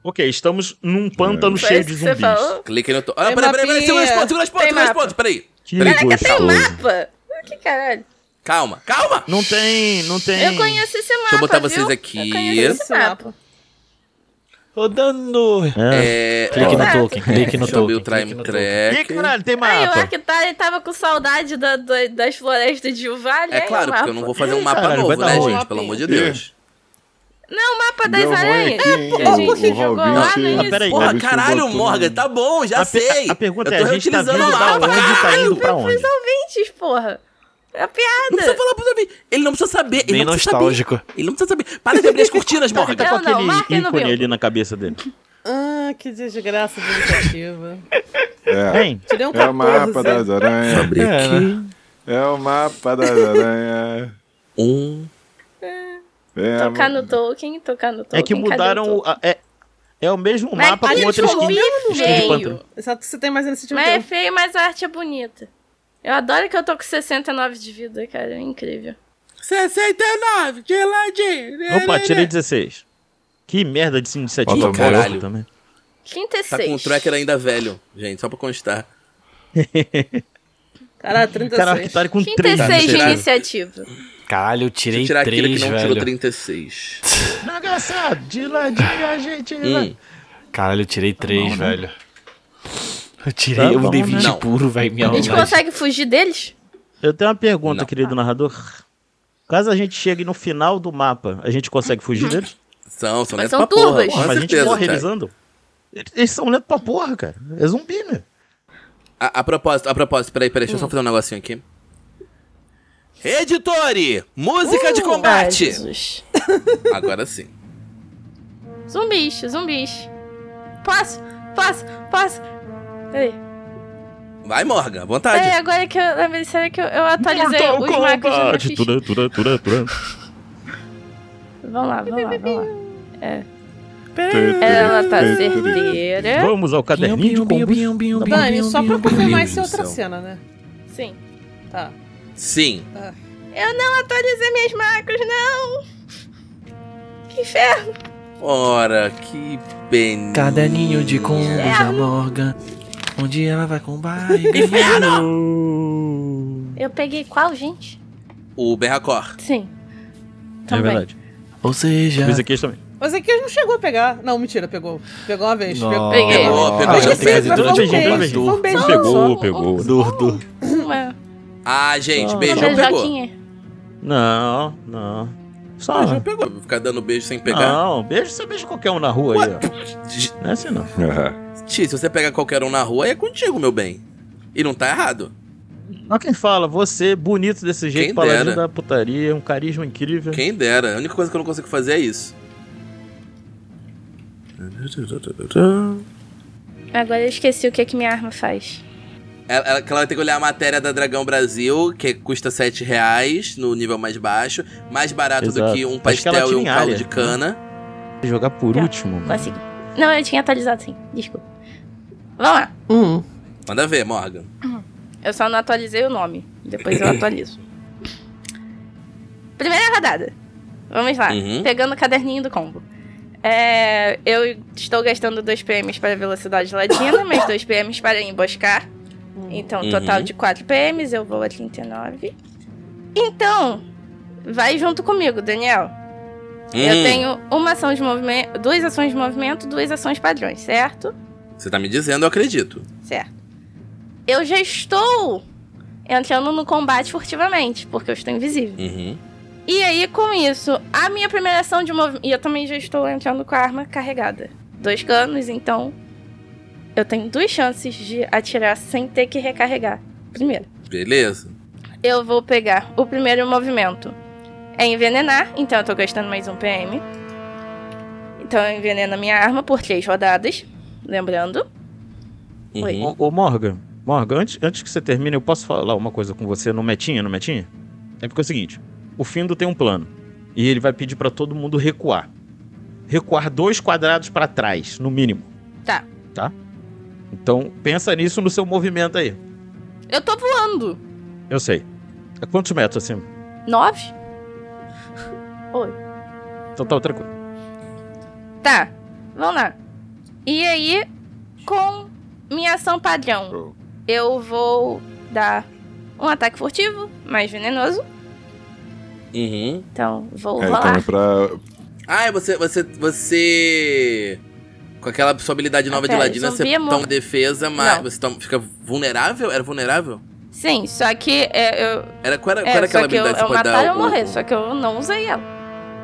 Ok, estamos num um pântano track? Foi cheio isso de que você zumbis. falou? Clique no... to- Ah, Tem peraí, peraí, peraí. mapinha. Segura as pontas, segura as pontas, Tem segura as mapa. pontas. Peraí. Que Caraca, é tem gostoso. mapa! Que caralho. Calma, calma. Não tem, não tem. Eu conheço esse mapa. Deixa eu botar viu? vocês Eu aqui. conheço esse Esse mapa. é mapa. Rodando. É... É. Clique ó, no token, clique no Deixa eu abrir o token. Time clique no token. Ih, Track. caralho, tem Aí o mapa. Arctari tava com saudade da- da- das florestas de Uvalha. É aí o claro, mapa. porque eu não vou fazer um mapa Caralho, vai novo, dar né, ruim. gente? Pelo amor de Deus. Não, o mapa das Deu ruim aranhas. aqui, É, hein? porque a O gente Robinho jogou lá no se- início. Ah, peraí. Porra, Ele se caralho, botou Morgan, no- tá bom, já A, pe- sei. a pergunta eu é: tô a gente tá vindo reutilizando o da mapa, onde? Tá caralho. indo pra onde? Ouvintes, porra. É uma Não precisa piada. falar pro Davi. Ele não precisa saber. Ele Bem não precisa saber. nostálgico. Ele não precisa saber. Para de abrir as cortinas, Morgan. Tá com Não, não, aquele marca aí no ícone meu. ali na cabeça dele. Ah, que desgraça de iniciativa. É. Hein? Tirei É um o 14. mapa das aranhas. Abrir É, né? É o mapa das aranhas. Um. Vem a- Tocar no Tolkien, tocar no Tolkien. É que cadê o mudaram. Tolkien? o- a- é, é o mesmo Mas mapa aqui com outra ficou skin. skin de feio. pântano. Só que você tem mais iniciativa Mas que é eu. feio, mas a arte é bonita. Eu adoro que eu tô com 69 de vida, cara. É Tá incrível. 69, de ladinho. Opa, tirei 16. Que merda de iniciativa. Bota bosta caralho. também. 36. Tá com o tracker ainda velho, gente, só pra constar. Caralho, 36. Cara, o Arctari com 3 36 de Tiraram. iniciativa. Caralho, Deixa eu eu tirei tirar aquele que três, não tirou velho. 36. Nagassado, de ladinho a gente. Hum. Caralho, eu tirei três, Não, né? velho. Eu tirei Tá um bom, D20 né? puro, velho. Minha A gente maldade. consegue fugir deles? Eu tenho uma pergunta, Não. querido narrador. Caso a gente chegue no final do mapa, a gente consegue fugir deles? São, são lentos Mas são pra porra. turbas. Com Porra, a gente certeza, morre, cara. eles andam. Eles- Eles são lentos pra porra, cara. É zumbi, né? A, a propósito, a propósito, peraí, peraí, deixa eu Hum. só fazer um negocinho aqui. Editore! Música de Uh, Ai, combate! Jesus. Agora sim. Zumbis, zumbis. Posso, posso, posso. Peraí. Vai, Morgan, à vontade. Peraí, agora que eu lembrei, será que eu, eu atualizei os macros de minha ficha? Vamos lá, vamos lá, vamos lá. Ela tá certeira. Vamos ao caderninho de combos. Dani, só pra confirmar Meu se é outra Deus do céu. cena, né? Sim. Tá. Sim. Eu não atualizei minhas né? macros, não! Que inferno! Ora, que pena. Caderninho de é combos da Morgan. Onde Um ela vai com Inferno! Eu peguei qual, gente? O Berracor. Sim. É Também. verdade. Ou seja. Fiz aqui também. Mas aqui não chegou a pegar. Não, mentira, pegou. Pegou uma vez. Pegou. Peguei. Pegou, pegou, Ah, já eu tem fiz, mas Foi um durante Pegou, a beijo, jogada. foi um beijo Não, só. Pegou, só- pegou. Dur, dur. Uma, Ah, gente, Ah, beijo uma não pegou. beijoquinha. Não, não. Só. Já pegou. Vou Ficar dando beijo sem pegar. Não, beijo, você beija qualquer um na rua aí, ó. Ti, Não é assim não. se você pega qualquer um na rua, é contigo, meu bem. E não tá errado. Olha quem fala, você, bonito desse jeito, Quem paladino dera. da putaria, um carisma incrível. Quem dera. A única coisa que eu não consigo fazer é isso. Agora eu esqueci o que, que minha arma faz. Ela, ela, que ela vai ter que olhar a matéria da Dragão Brasil, que custa 7 reais no nível mais baixo. Mais barato do Exato. que um Acho que ela pastel e tira um em caldo área, de né? cana. Jogar por Tá. último, mano. Consegui. Não, eu tinha atualizado sim. Desculpa. Vamos lá. Hum. Manda ver, Morgan. Eu só não atualizei o nome. Depois eu atualizo. Primeira rodada. Vamos lá. Uhum. Pegando o caderninho do combo. É, eu estou gastando 2 PMs para velocidade ladina, mais 2 PMs para emboscar. Então, total Uhum. de 4 PMs, eu vou a 39. Então, vai junto comigo, Daniel. Eu Hum, tenho uma ação de movimento, duas ações de movimento, duas ações padrões, certo? Você tá me dizendo, eu acredito. Certo. Eu já estou entrando no combate furtivamente, porque eu estou invisível. Uhum. E aí, com isso, a minha primeira ação de movimento. E eu também já estou entrando com a arma carregada. Dois canos, então. Eu tenho duas chances de atirar sem ter que recarregar. Primeiro, Beleza. eu vou pegar o primeiro movimento. é envenenar, então eu tô gastando mais um PM. Então eu enveneno a minha arma por três rodadas, lembrando. Oi. Uhum. Ô, ô, Morgan, Morgan, antes, antes que você termine, eu posso falar uma coisa com você no metinha, no metinha? É porque é o seguinte, o Findo tem um plano, e ele vai pedir pra todo mundo recuar. Recuar dois quadrados pra trás, no mínimo. Tá. Tá? Então, pensa nisso no seu movimento aí. Eu tô voando! Eu sei. É quantos metros assim? Nove? Então tá tranquilo. Tá, vamos lá. E aí, com minha ação padrão, Oh. Show. eu vou dar um ataque furtivo, mais venenoso. Uhum. Então, vou É, então rolar. é pra. Ah, e você, você, você... Com aquela sua habilidade nova Pera, de ladina, você zumbi é mo- toma defesa, mas Não. você toma- fica vulnerável? Era vulnerável? Sim, só que é, eu. Era, qual era, qual era É, aquela só que eu, habilidade que eu você pode matar dar? um ou O- morrer, só que eu não usei ela.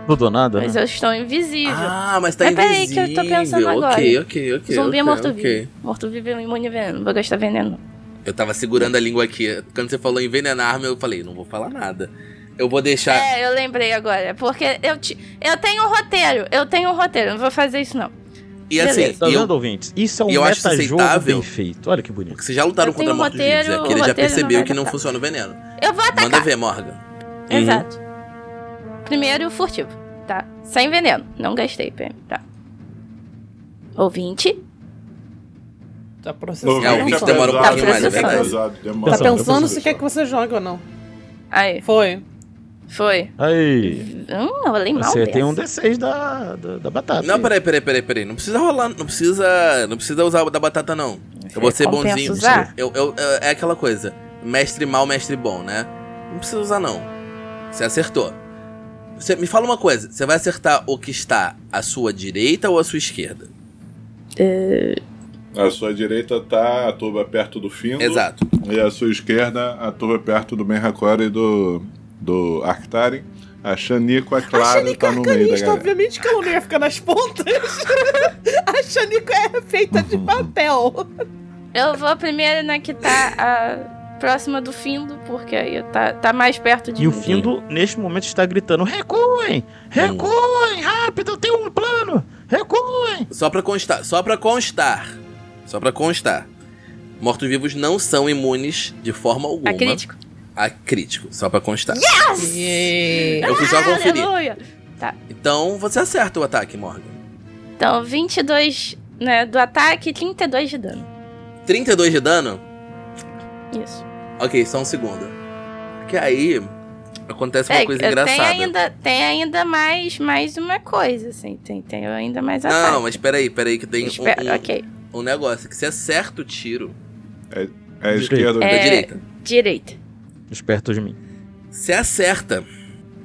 Tudo ou nada, Mas né? eu estou invisível. Tá. Ah, mas tá Mas peraí que invisível. eu tô pensando Ok, ok, ok. Zumbi ok, é morto-vivo. ok. Morto-vivo é imune a veneno. Vou gastar veneno. Eu tava segurando a língua aqui. Quando você falou envenenar-me, eu falei, não vou falar nada. Eu vou deixar... É, eu lembrei agora. Porque eu, te... eu tenho um roteiro. Eu tenho um roteiro. Não vou fazer isso, não. e assim, beleza. Tá e eu- vendo, ouvintes? Isso é um eu acho isso metajogo aceitável. bem feito. Olha que bonito. porque vocês já lutaram Eu tenho contra um mortos-vivos, roteiro, é o que ele já roteiro Tá, não percebeu vai que não atacar. funciona o veneno. Eu vou atacar. Manda ver, Morgan. Uhum. Exato. Primeiro, furtivo, tá? Sem veneno. Não gastei PM, tá? Ouvinte. Tá processando. É, o vídeo demora um Tá pouquinho mais, é processando. verdade. Tá Pensando, pensando se quer que você jogue ou não. Aí, Foi. foi. Aí. Hum, eu falei mal Você tem um dessa. D6 da, da, da batata. é. Não, Assim. aí. peraí, peraí, peraí, peraí. Não precisa rolar, não precisa. Não precisa usar o da batata, não. Eu vou ser É Compensa bonzinho. usar? Eu, eu- eu- é aquela coisa. Mestre mal, mestre bom, né? Não precisa usar, não. Você acertou. Você, me fala uma coisa, você vai acertar o que está à sua direita ou à sua esquerda? A sua direita tá a turba perto do Findo. Exato. E a sua esquerda, a turba perto do Menhakor e do, do Arctari. A Xanico, é A claro, Xanico tá é no meio da arcanista, galera. obviamente que ela não ia ficar nas pontas. a Xanico é feita de papel. Eu vou primeiro na que tá a próxima do Findo, porque aí eu tá, tá mais perto de E o mim. Findo, neste momento, está gritando: recuem! Recuem! Rápido, eu tenho um plano! Recuem! Só pra constar, só pra constar. Só pra constar. Mortos-vivos não são imunes de forma alguma A É crítico. a crítico, só pra constar. Eu fui só conferir. Aleluia! Então você acerta o ataque, Morgan. Então, 22 né, do ataque e 32 de dano. 32 de dano? Isso. Ok, só um segundo. Porque aí acontece uma É, coisa eu engraçada. Tem ainda, tem ainda mais, mais uma coisa, assim. Tem, tem ainda mais ataque. Não, mas peraí, peraí, que tem um, Espera, um- ok. um negócio. Que se acerta o tiro É a esquerda da É. direita, Direita. Esperto de mim. se acerta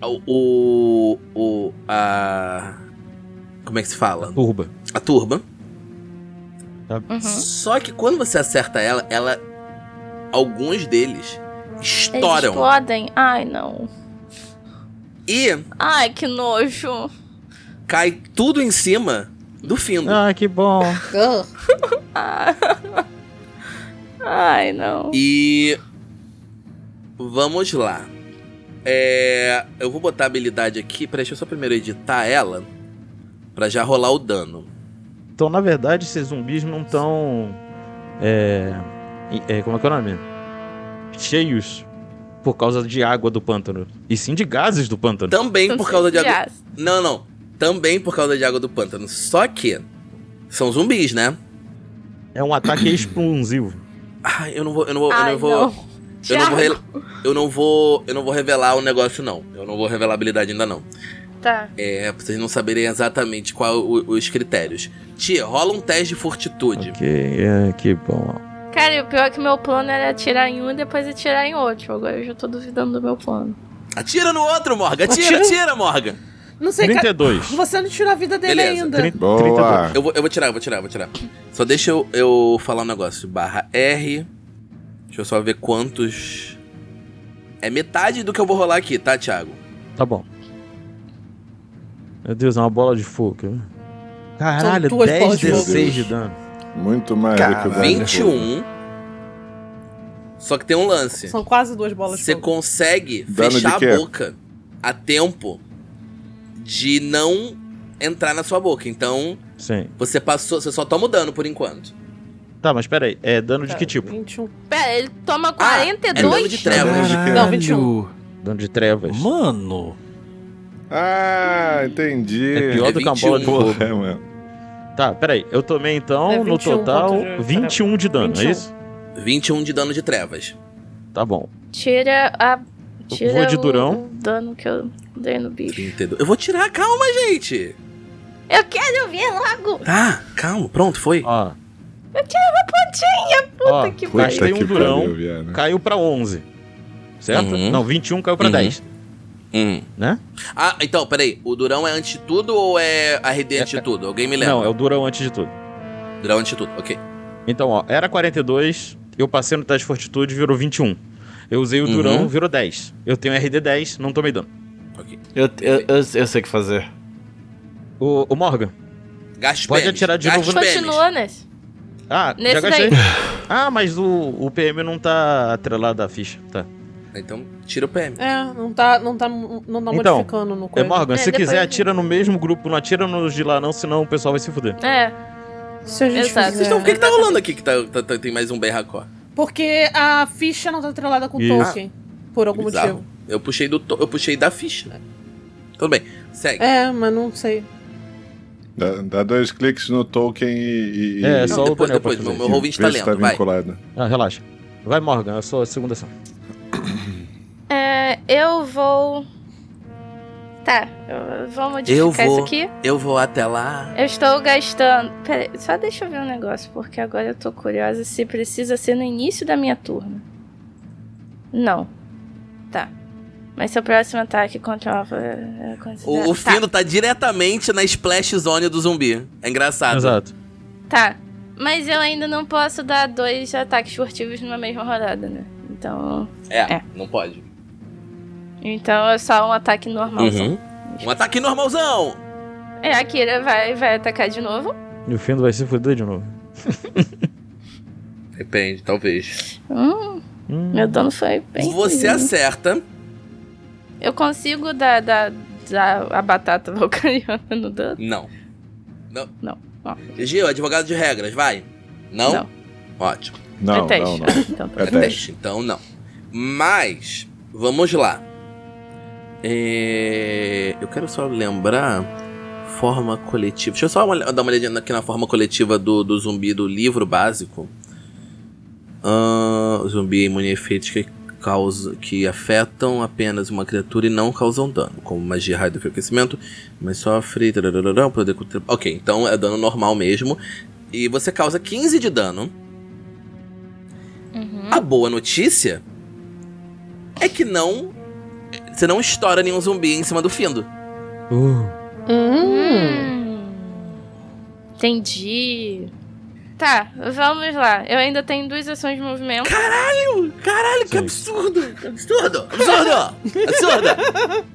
o, o. o. a. Como é que se fala? Turba. A turba. Uhum. Só que quando você acerta ela, ela. Alguns deles Eles estouram. explodem. Ai, não. E Ai, que nojo. cai tudo em cima do Findo. Ah, que bom. Ah. Ai, não. E vamos lá. É, eu vou botar a habilidade aqui. Peraí, deixa eu só primeiro editar ela. Pra já rolar o dano. Então, na verdade, esses zumbis não estão. É, é, Como é que é o nome? Cheios por causa de água do pântano. E sim de gases do pântano. Também por causa de água. água. Não, não. Também por causa de água do pântano. Só que. São zumbis, né? É um ataque explosivo. Ah, eu não vou. Eu não vou. Eu Ai, não vou. não. Eu não vou, Thiago, re- eu não vou. Eu não vou revelar o negócio, não. Eu não vou revelar a habilidade ainda, não. Tá. É, pra vocês não saberem exatamente qual o- os critérios. Tia, rola um teste de fortitude. Ok, é, que bom. Cara, e o pior é que meu plano era atirar em um e depois atirar em outro. Agora eu já tô duvidando do meu plano. Atira no outro, Morgan! Atira, Atira. atira, Morgan! Não sei, cara. 32. Você não tirou a vida dele Beleza, ainda. Trin- Boa! Eu vou, eu vou tirar, eu vou tirar, eu vou tirar. Só deixa eu, eu falar um negócio. Barra R. Deixa eu só ver quantos. É metade do que eu vou rolar aqui, tá, Thiago? Tá bom. Meu Deus, é uma bola de fogo. quer ver? Caralho, duas 10 bolas de fogo. 16 de dano. Muito mais do que o Caralho. dano. 21. Só que tem um lance. São quase duas bolas de Você fogo. consegue Dano de fechar quê? a boca a tempo de não entrar na sua boca. Então, Sim. você passou. Você só toma o dano por enquanto. Tá, mas peraí, é dano Tá. de que tipo? 21. Pera, ele toma É dano de 42? trevas. um. Não, 21. Dano de trevas. Mano. Ah, entendi. É pior É do que uma bola de 21. fogo. Porra, mano. Tá, peraí, eu tomei então, É no 21 total, pontos de- 21 de dano, é 21. isso? 21 de dano de trevas. Tá bom. Tira a. Tira Vou de o- durão. o dano que eu dei no bicho. 32. Eu vou tirar, calma, gente. Eu quero ver logo! Tá, calma, pronto, foi. Ó. Pontinha, puta Ó, que puta pariu. Gastei um que durão. pariu, viado. Caiu pra 11. Certo? Uhum. Não, 21 caiu pra Uhum. 10. Hum. Né? Ah, então, peraí. O Durão é antes de tudo ou é RD antes de tudo? Alguém me lembra. Não, é o durão antes de tudo. Durão antes de tudo, ok. Então, ó, era 42, eu passei no teste de fortitude, virou 21. Eu usei o Uhum. durão, virou 10. Eu tenho RD 10, não tomei dano. ok. Eu, eu, eu, eu sei o que fazer. O, o Morgan. Gasta os Pode PMs, atirar de gasta novo os no- PMs. Continua nesse. Ah, já Nesse gastei. daí. Ah, mas o, o PM não tá atrelado à ficha. Tá. Então, tira o PM. É, não tá, não tá, não tá Então, modificando no É, coisa. Morgan, É, se depois quiser, eu- atira no mesmo grupo, não atira nos de lá, não, senão o pessoal vai se fuder. É. Se a gente Exato. fizer- Vocês é. Então, o que que tá rolando aqui que tá- tá- tá- tem mais um bem hardcore? Porque a ficha não tá atrelada com o Isso. Tolkien. Por algum Bizarro. motivo. Eu puxei, do to- eu puxei da ficha. né? Tudo bem, segue. É, mas não sei. Dá, dá dois cliques no token e. e- É, e- só o depois, Daniel depois, pode fazer. meu, meu ouvinte tá vê se lendo, vai. vinculado. Ah, relaxa. Vai, Morgan, eu sou a segunda ação. É, eu vou. Tá, eu- vamos Eu modificar vou, isso aqui. eu vou até lá. Eu estou gastando. Pera aí, só deixa eu ver um negócio, porque agora eu tô curiosa se precisa ser no início da minha turma. Não. Tá. Mas seu próximo ataque contra o. é, é O, considerado- o Fino tá diretamente na splash zone do zumbi. É engraçado. Exato. Tá. tá. Mas eu ainda não posso dar dois ataques furtivos numa mesma rodada, né? Então. É, É. não pode. Então é só um ataque normal. só. Um ataque normalzão! É, a Kira vai, vai atacar de novo. E o Findo vai se fuder de novo. Depende, talvez. Hum, meu dano foi bem. Você ruim. acerta. Eu consigo dar, dar, dar a batata vulcaniana no dano? Não. Não. Não, não. Gil, advogado de regras, vai. Não? Não. Ótimo. Não, é teste. não, não. Então, É É teste. teste, então não. Mas, vamos lá. É, Eu quero só lembrar. Forma coletiva. Deixa eu só uma- dar uma olhadinha aqui na forma coletiva do, do zumbi do livro básico. Ah, zumbi imune a efeitos que, causa, que afetam apenas uma criatura e não causam dano, como magia, raio do aquecimento, mas sofre. tarararã, poder contra- Ok, então é dano normal mesmo. E você causa 15 de dano. Uhum. A boa notícia é que não. Você não estoura nenhum zumbi em cima do Findo. Uh. Hum. Entendi. Tá, vamos lá. Eu ainda tenho duas ações de movimento. Caralho, que Sim. absurdo! que Absurdo! Absurdo! Absurdo!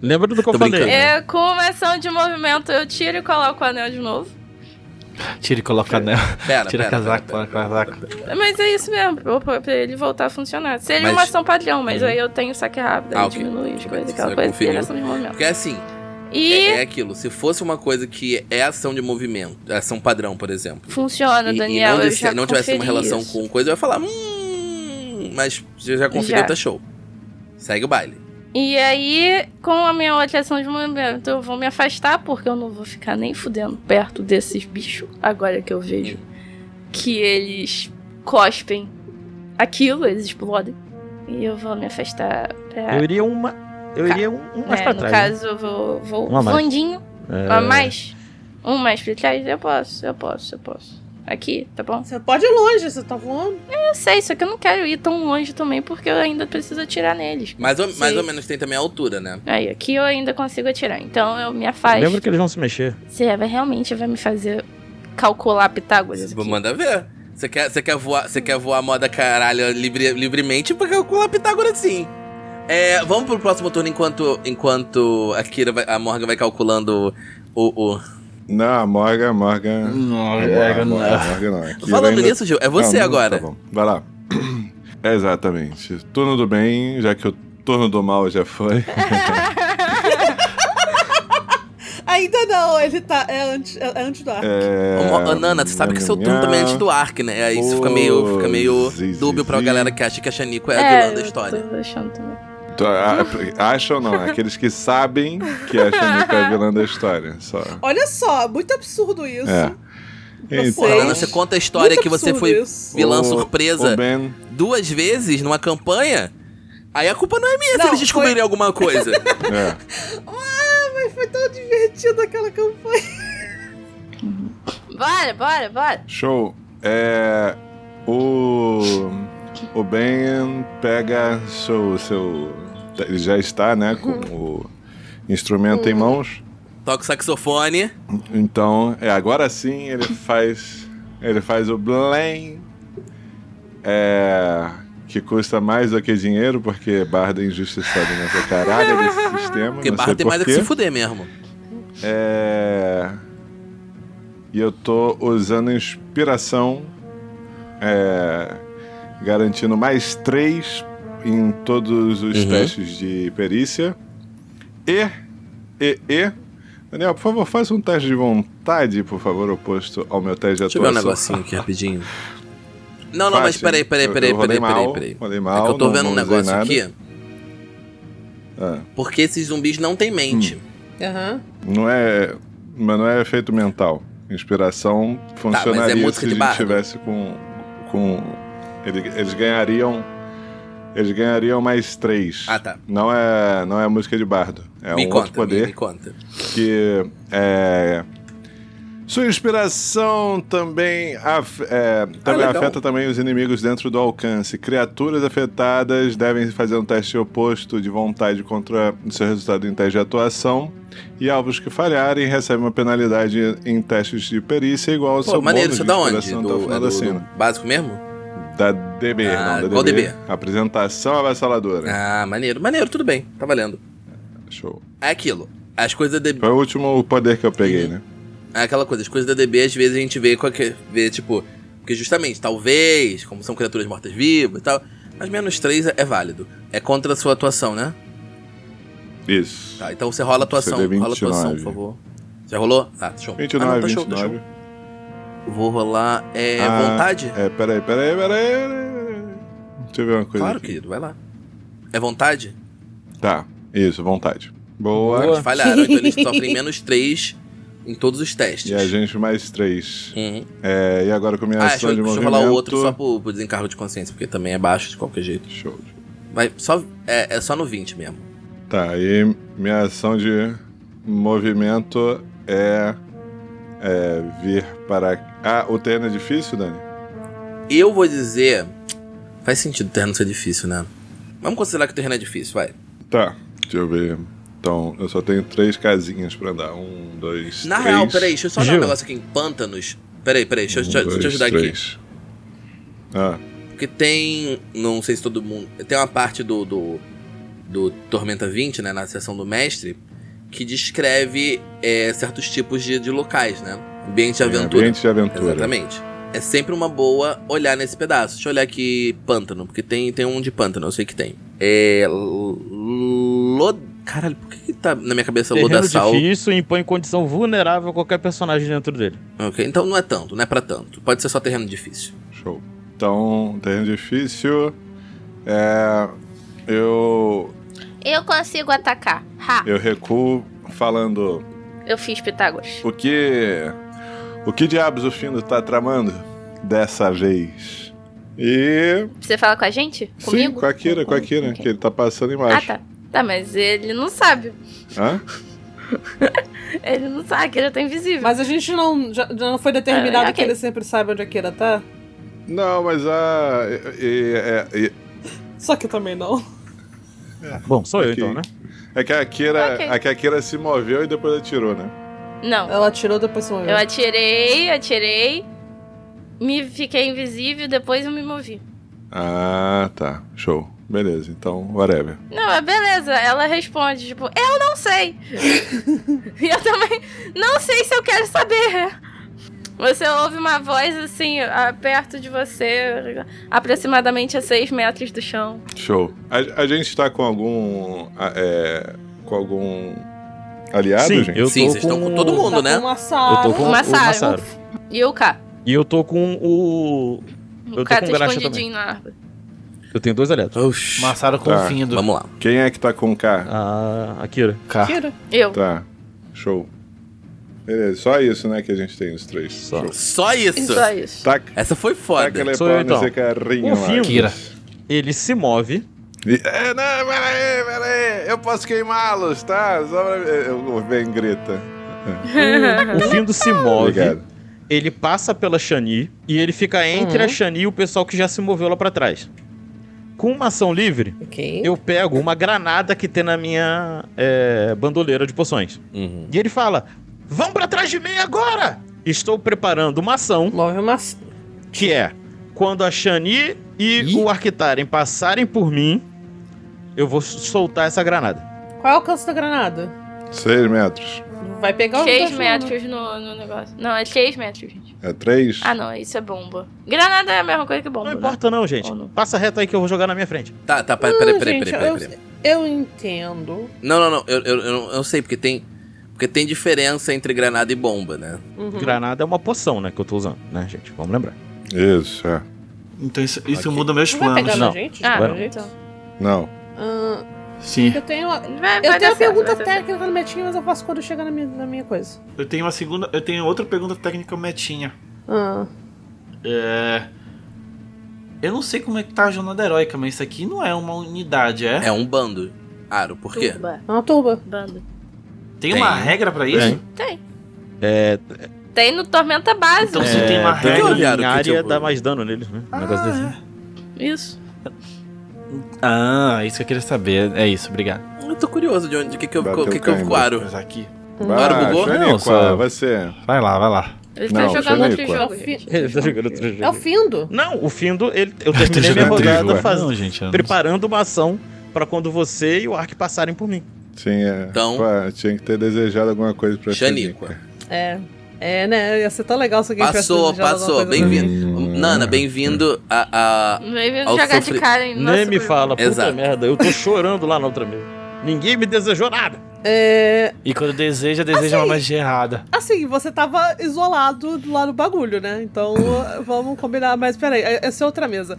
Lembra do que eu Tô falei? brincando. né? É, com uma ação de movimento, eu tiro e coloco o anel de novo. Tira e coloca anel. Pera, Tira pera, o casaco, pera, coloca o pera. casaco. Mas é isso mesmo, pra- pra pra ele voltar a funcionar. Seria Mas- uma ação padrão, mas Uhum. aí eu tenho saque rápido, aí Ah, ok. diminui Tudo as bem, coisas, você aquela coisa. conferiu. Seria ação de movimento. Porque assim, E é, é aquilo. Se fosse uma coisa que é ação de movimento, é ação padrão, por exemplo. funciona, e- E, Daniel. não, eu desse- já não tivesse uma conferi relação isso. com coisa, eu ia falar. Hum. Mas você já conferiu, Já. tá show. Segue o baile. E aí, com a minha outra ação de movimento, eu vou me afastar, porque eu não vou ficar nem fudendo perto desses bichos, agora que eu vejo que eles cospem aquilo, eles explodem. E eu vou me afastar pra. Eu iria uma. Eu iria um, um mais é, pra no trás. caso, eu vou. vou Um a mais. Vandinho, né? um É, a mais. Um mais pra trás, eu posso, eu posso, eu posso. Aqui, tá bom? Você pode ir longe, você tá voando. Eu sei, só que eu não quero ir tão longe também, porque eu ainda preciso atirar neles. Mais ou, mais Sim. ou menos tem também a altura, né? Aí, aqui eu ainda consigo atirar. Então eu me afasto. Lembra que eles vão se mexer. Você vai, realmente vai me fazer calcular Pitágoras aqui? Vou mandar ver. Você quer, você quer voar, você quer voar moda caralho livre, livremente pra calcular Pitágoras sim. É, vamos pro próximo turno enquanto enquanto a Kira vai, a Morgan vai calculando o, o... Não, a Morgan, Morgan. Hum, Não, Morgan, Morgan, não. Aqui é. Falando ainda- nisso, Gil, é você Não, não, agora. Tá bom. Vai lá. Exatamente. Turno do bem, já que o turno do mal já foi. Ainda não, ele tá. É antes, é antes do arco. É, Ô, ô, Nana, você sabe que seu turno também é antes do Ark, né? Aí isso fica meio, fica meio Sim, sim, dúbio pra sim. galera que acha que a Xanico é a vilã da eu história. Tô achando também. Tu a- Acha ou não? Aqueles que sabem que a Xanica é a vilã da história. Só. Olha só, muito absurdo isso. É. Então, Pô, Sim. Nana, você conta a história Muito que você absurdo foi isso. vilã O- surpresa O Ben, duas vezes numa campanha. Aí a culpa não é minha Não, se eles descobrirem alguma coisa. é. Ah, mas foi tão divertido aquela campanha. Bora, bora, bora. Show. É, o o Ben pega seu seu ele já está, né, com o instrumento em mãos. Toca o saxofone. Então, é agora sim ele faz ele faz o blém é, que custa mais do que dinheiro, porque Barda é injustiçado nessa caralho desse sistema. Porque não barra sei tem mais é que porquê. se fuder mesmo. É... E eu tô usando inspiração, é, garantindo mais três em todos os Uhum. testes de perícia. E, e, e. Daniel, por favor, faça um teste de vontade, por favor, oposto ao meu teste de Deixa eu ver um atuação. negocinho aqui rapidinho. Não, não, mas Fácil. peraí, peraí, Eu- eu peraí, rolei peraí, peraí, mal, peraí. rolei É mal, que eu tô não- vendo um não usei negócio nada. aqui. Ah. Hum. Porque esses zumbis não têm mente. Aham. Não é, mas não é efeito mental. Inspiração funcionaria Tá, é música se de né? a gente bardo. tivesse com, com ele- eles ganhariam eles ganhariam mais três. Ah, tá. Não é não é música de bardo. É me um conta, outro me, poder me conta. que é sua inspiração também, af- é, também Ah, legal. afeta também os inimigos dentro do alcance. Criaturas afetadas devem fazer um teste oposto de vontade contra o seu resultado em teste de atuação. E alvos que falharem recebem uma penalidade em testes de perícia igual ao Pô, seu maneiro, bônus isso é de tá da onde? inspiração até o Do, final é da do, do cena. básico mesmo? Da DB, Ah, não, da qual DB. DB? Apresentação avassaladora. Ah, maneiro, maneiro, tudo bem, tá valendo. Show. É aquilo. As coisas da DB. Foi o último poder que eu peguei, né? É aquela coisa, as coisas da DB às vezes a gente vê com aque- vê, tipo. Porque justamente, talvez, como são criaturas mortas-vivas e tal. Mas menos 3 é, é válido. É contra a sua atuação, né? Isso. Tá, então você rola a atuação. CD Rola a atuação, 29. por favor. Já rolou? Tá, show. 29, ah, não, tá show, tá 29. show. Vou rolar. É Ah, vontade? É, peraí, peraí, peraí. peraí. Deixa eu ver uma coisa. Claro, aqui. querido, vai lá. É vontade? Tá, isso, vontade. Boa. Eles falharam, então eles sofrem menos 3 em todos os testes. E a gente mais três. Uhum. É, e agora com minha Ah, deixa, ação eu- de deixa eu movimento. rolar o outro só pro, pro desencargo de consciência, porque também é baixo de qualquer jeito. Show. Vai, só, é, é só no 20 mesmo. Tá, e minha ação de movimento é, é vir para... Ah, o terreno é difícil, Dani? Eu vou dizer. Faz sentido o terreno ser difícil, né? Vamos considerar que o terreno é difícil, vai. Tá, deixa eu ver. Então, eu só tenho três casinhas pra andar. Um, dois, Na três. real, peraí, deixa eu só dar um Gil. negócio aqui em pântanos. Peraí, peraí, deixa, eu- Um, deixa, eu- deixa eu dois, ajudar aqui. três. Ah, Porque tem. Não sei se todo mundo. Tem uma parte do. do, do Tormenta 20, né? Na seção do mestre. Que descreve é, certos tipos de, de locais, né? Ambiente de tem aventura. ambiente de aventura. Exatamente. É sempre uma boa olhar nesse pedaço. Deixa eu olhar aqui pântano, porque tem, tem um de pântano, eu sei que tem. É. Lod... Caralho, por que, que tá na minha cabeça Terreno Lodassal? difícil impõe condição vulnerável a qualquer personagem dentro dele. Ok, então não é tanto, não é pra tanto. Pode ser só terreno difícil. Show. Então, terreno difícil. É, eu, Eu consigo atacar. Ha! eu recuo falando Eu fiz Pitágoras. o que. O que diabos o Findo tá tramando dessa vez? E. Você fala com a gente? Sim, Comigo? com a Kira, com a Kira, Ok. que ele tá passando Ah, embaixo. tá. Tá, mas ele não sabe. Hã? Ele não sabe que ele tá invisível. Mas a gente não. Já, já não foi determinado É, ok. que ele sempre saiba onde a Kira tá? Não, mas a. É, é- é- Só que também não. Bom, sou eu Ok. então, né? é que a Kira. Ok. É que a Kira se moveu e depois atirou, né? Não. Ela tirou depois Tá se moveu. Eu atirei, atirei. Me fiquei invisível, depois eu me movi. Ah, tá. Show. Beleza, então, whatever. Não, é beleza. Ela responde, tipo, eu não sei. e eu também não sei se eu quero saber. Você ouve uma voz assim, a- perto de você, aproximadamente a 6 metros do chão. Show. A, a gente tá com algum. a- é, com algum aliados, Sim, gente? eu Sim, tô vocês estão com todo o- mundo, tá né? Com uma Sara. Eu tô com um O Massaro. o Massaro. E eu cá. E eu tô com o... Eu O tô cara com tá graxa escondidinho na árvore. Eu tenho dois aliados. Oxi. Massaro com Tá. o findo. Vamos lá. Quem é que tá com o K? A Akira. Cá. Eu. Tá. Show. Beleza, só isso, né, que a gente tem os três. Só. É Show. Só isso. Só Tá. isso. Taca, Essa foi taca foda. ele Sou pau eu, então. nesse carrinho, Confio. Marcos. Kira. Ele se move. E- É, não, pera aí, pera aí. Eu posso queimá-los, tá? Só pra... Eu, bem grita. Uhum. O Findo se move. Obrigado. Ele passa pela Shani e ele fica entre Uhum. a Shani e o pessoal que já se moveu lá pra trás. Com uma ação livre, Ok. eu pego uma granada que tem na minha é, bandoleira de poções. Uhum. E ele fala: Vão pra trás de mim agora! Estou preparando uma ação Move uma. que é quando a Shani e o Arquitarem passarem por mim, eu vou soltar essa granada. Qual é o alcance da granada? Seis metros. Vai pegar o 6 Tá. metros no, no negócio. Não, é 6 metros, gente. É três? Ah, não, isso é bomba. Granada é a mesma coisa que bomba. Não né? importa, não, gente. Ou não. Passa reto aí que eu vou jogar na minha frente. Tá, tá, peraí, peraí, peraí, gente, peraí, peraí, peraí. Eu, eu entendo. Não, não, não. Eu, eu, eu, não- eu sei, porque tem. Porque tem diferença entre granada e bomba, né? Uhum. Granada é uma poção, né? Que eu tô usando, né, gente? Vamos lembrar. Isso, é. Então isso, isso muda meus Não vai pegar planos. na não. gente? de Ah, qualquer Agora- jeito? então. Não. Ah, Sim. eu tenho, eu Vai, vai tenho dar uma certo, pergunta vai dar certo. técnica no metinho, mas eu faço quando chegar na minha, na minha coisa. Eu tenho uma segunda. Eu tenho outra pergunta técnica metinha. Ah, É. Eu não sei como é que tá a jornada heróica, mas isso aqui não é uma unidade, é? É um bando. Aro, por quê? Turba. é uma turba. Bando. Tem uma Tem. regra pra isso? Tem. É, Tem no Tormenta Base. Então se tem uma é, que regra. olhar o dano que, em área tipo- dá mais dano neles, né? Um negócio desse. Ah, Isso. Ah, isso que eu queria saber. É isso, obrigado. Eu tô curioso de onde, de que que eu, Bateu co- que que eu cãibra. com aro. Mas aqui. Uhum. Agora bugou? Xaniqua, Não, só- Você. Vai lá, vai lá. Ele Não, tá jogando outro Xanico, é. jogo. É o fi- gente. Ele tá jogando outro É o jogo. findo. Não, o Findo, ele, eu Eu tô terminei minha jogando trigo, rodada é. faz- Não, gente. eu não- preparando uma ação pra quando você e o Ark passarem por mim. Tinha, Então- pô, tinha que ter desejado alguma coisa pra Xaníqua. É. É, né? Ia ser tão legal se alguém tivesse Passou, desejado alguma passou. coisa Bem-vindo. Hum. Nana, bem-vindo a, a- Vem vindo Ao jogar sofri- de cara em nosso Nem me grupo. fala, puta Exato. merda, eu tô chorando lá na outra mesa. Ninguém me desejou nada. É, E quando deseja, deseja uma magia errada. assim, você tava isolado do lado do bagulho, né? Então vamos combinar. Mas peraí, essa é outra mesa.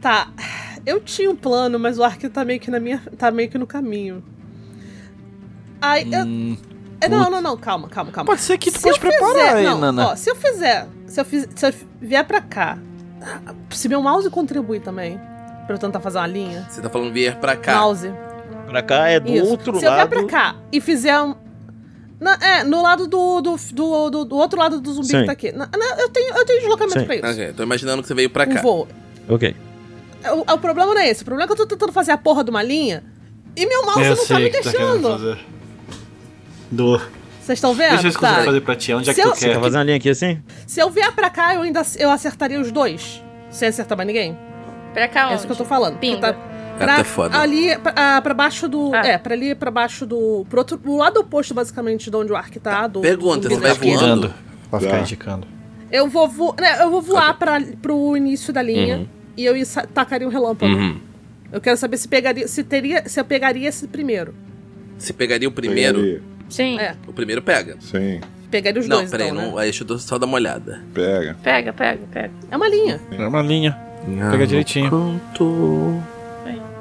Tá. Eu tinha um plano, mas o Ark tá meio que na minha. tá meio que no caminho. Ai, eu- Hum, é, não, não, não, calma, calma, calma. pode ser que tu Se pode eu preparar fizer- aí, não, Nana. ó, se eu fizer, se eu, fiz, se eu vier pra cá, se meu mouse contribui também, pra eu tentar fazer uma linha, Você tá falando vier pra cá. mouse, Pra cá é do isso. outro se eu vier lado. pra cá e fizer um... Na- é, no lado do, do, do, do- do outro lado do zumbi Sim. que tá aqui. Na- na- eu, tenho, eu tenho deslocamento Sim. pra isso. Ok, tô imaginando que você veio pra Um cá. voo. Ok. O, o problema não é esse. O problema é que eu tô tentando fazer a porra de uma linha e meu mouse eu não tá sei me o que tu tá querendo deixando. fazer. Dor. Vocês estão vendo? Deixa eu escutar Tá. fazer pra ti. Onde é Se que tu eu- Você quer? quer fazer uma linha aqui assim? Se eu vier pra cá, eu ainda eu acertaria os dois. Sem acertar mais ninguém. Pra cá onde? É isso que eu tô falando. Porque Pinga. tá- Cara, tá foda. Ali, pra, ah, pra baixo do. Ah. É, pra ali, pra baixo do. Pro outro, pro lado oposto, basicamente, de onde o Ark tá. do- Pergunta, do- você vai daqui. voando? Pra ficar Tá. indicando. Eu vou, vo... né, eu vou voar pra, pro início da linha Uhum. e eu ia sa- tacaria um relâmpago. Uhum. Eu quero saber se pegaria. Se, teria, se eu pegaria esse primeiro. Você pegaria o primeiro? Pegaria. Sim. É. O primeiro pega. Sim, Pegaria os Não, dois. peraí, então, não, né? aí deixa eu só dar uma olhada. pega. Pega, pega, pega. É uma linha. É uma linha. Pega direitinho.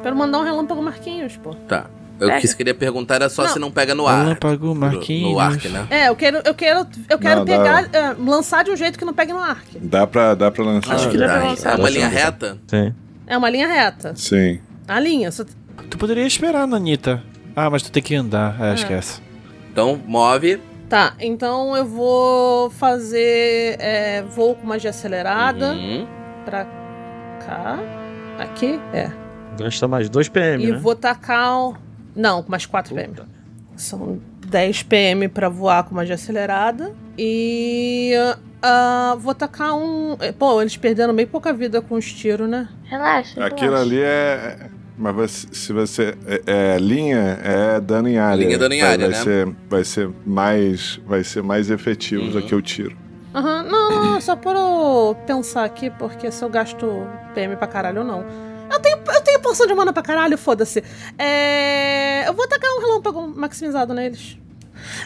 Quero mandar um relâmpago Marquinhos, pô. Tá. Eu Pega. quis queria perguntar era só Não. se não pega no ar. Relâmpago No, Marquinhos. no arc, né? É, eu quero. Eu quero, eu quero Não, pegar. ah, lançar de um jeito que não pegue no Ark. Dá pra, dá pra lançar. Acho que dá pra dá. hein? lançar. É uma Dá linha pra reta? Sim. É uma linha reta. Sim. A linha. só- Tu poderia esperar, Nanita. Ah, mas tu tem que andar. É, esquece. Então, move. Tá, então eu vou fazer é, voo com magia acelerada Uhum. pra cá. Aqui? É. Gasta mais 2 PM, e né? vou tacar. um- Não, mais 4 PM. Puta. São 10 PM pra voar com magia acelerada. E. ah, vou tacar um. é, Pô, eles perderam bem pouca vida com os tiros, né? Relaxa. Aquilo relaxa. ali é. Mas você- se você. É, é linha, é dano em área. Linha é dano em Vai- área, vai né? Ser, vai ser mais. Vai ser mais efetivo do Uhum. que o tiro. Aham, não, não, não, só por eu pensar aqui, porque se eu gasto PM pra caralho ou não. Eu tenho, eu tenho porção de mana pra caralho, foda-se. É, eu vou tacar um relâmpago maximizado neles.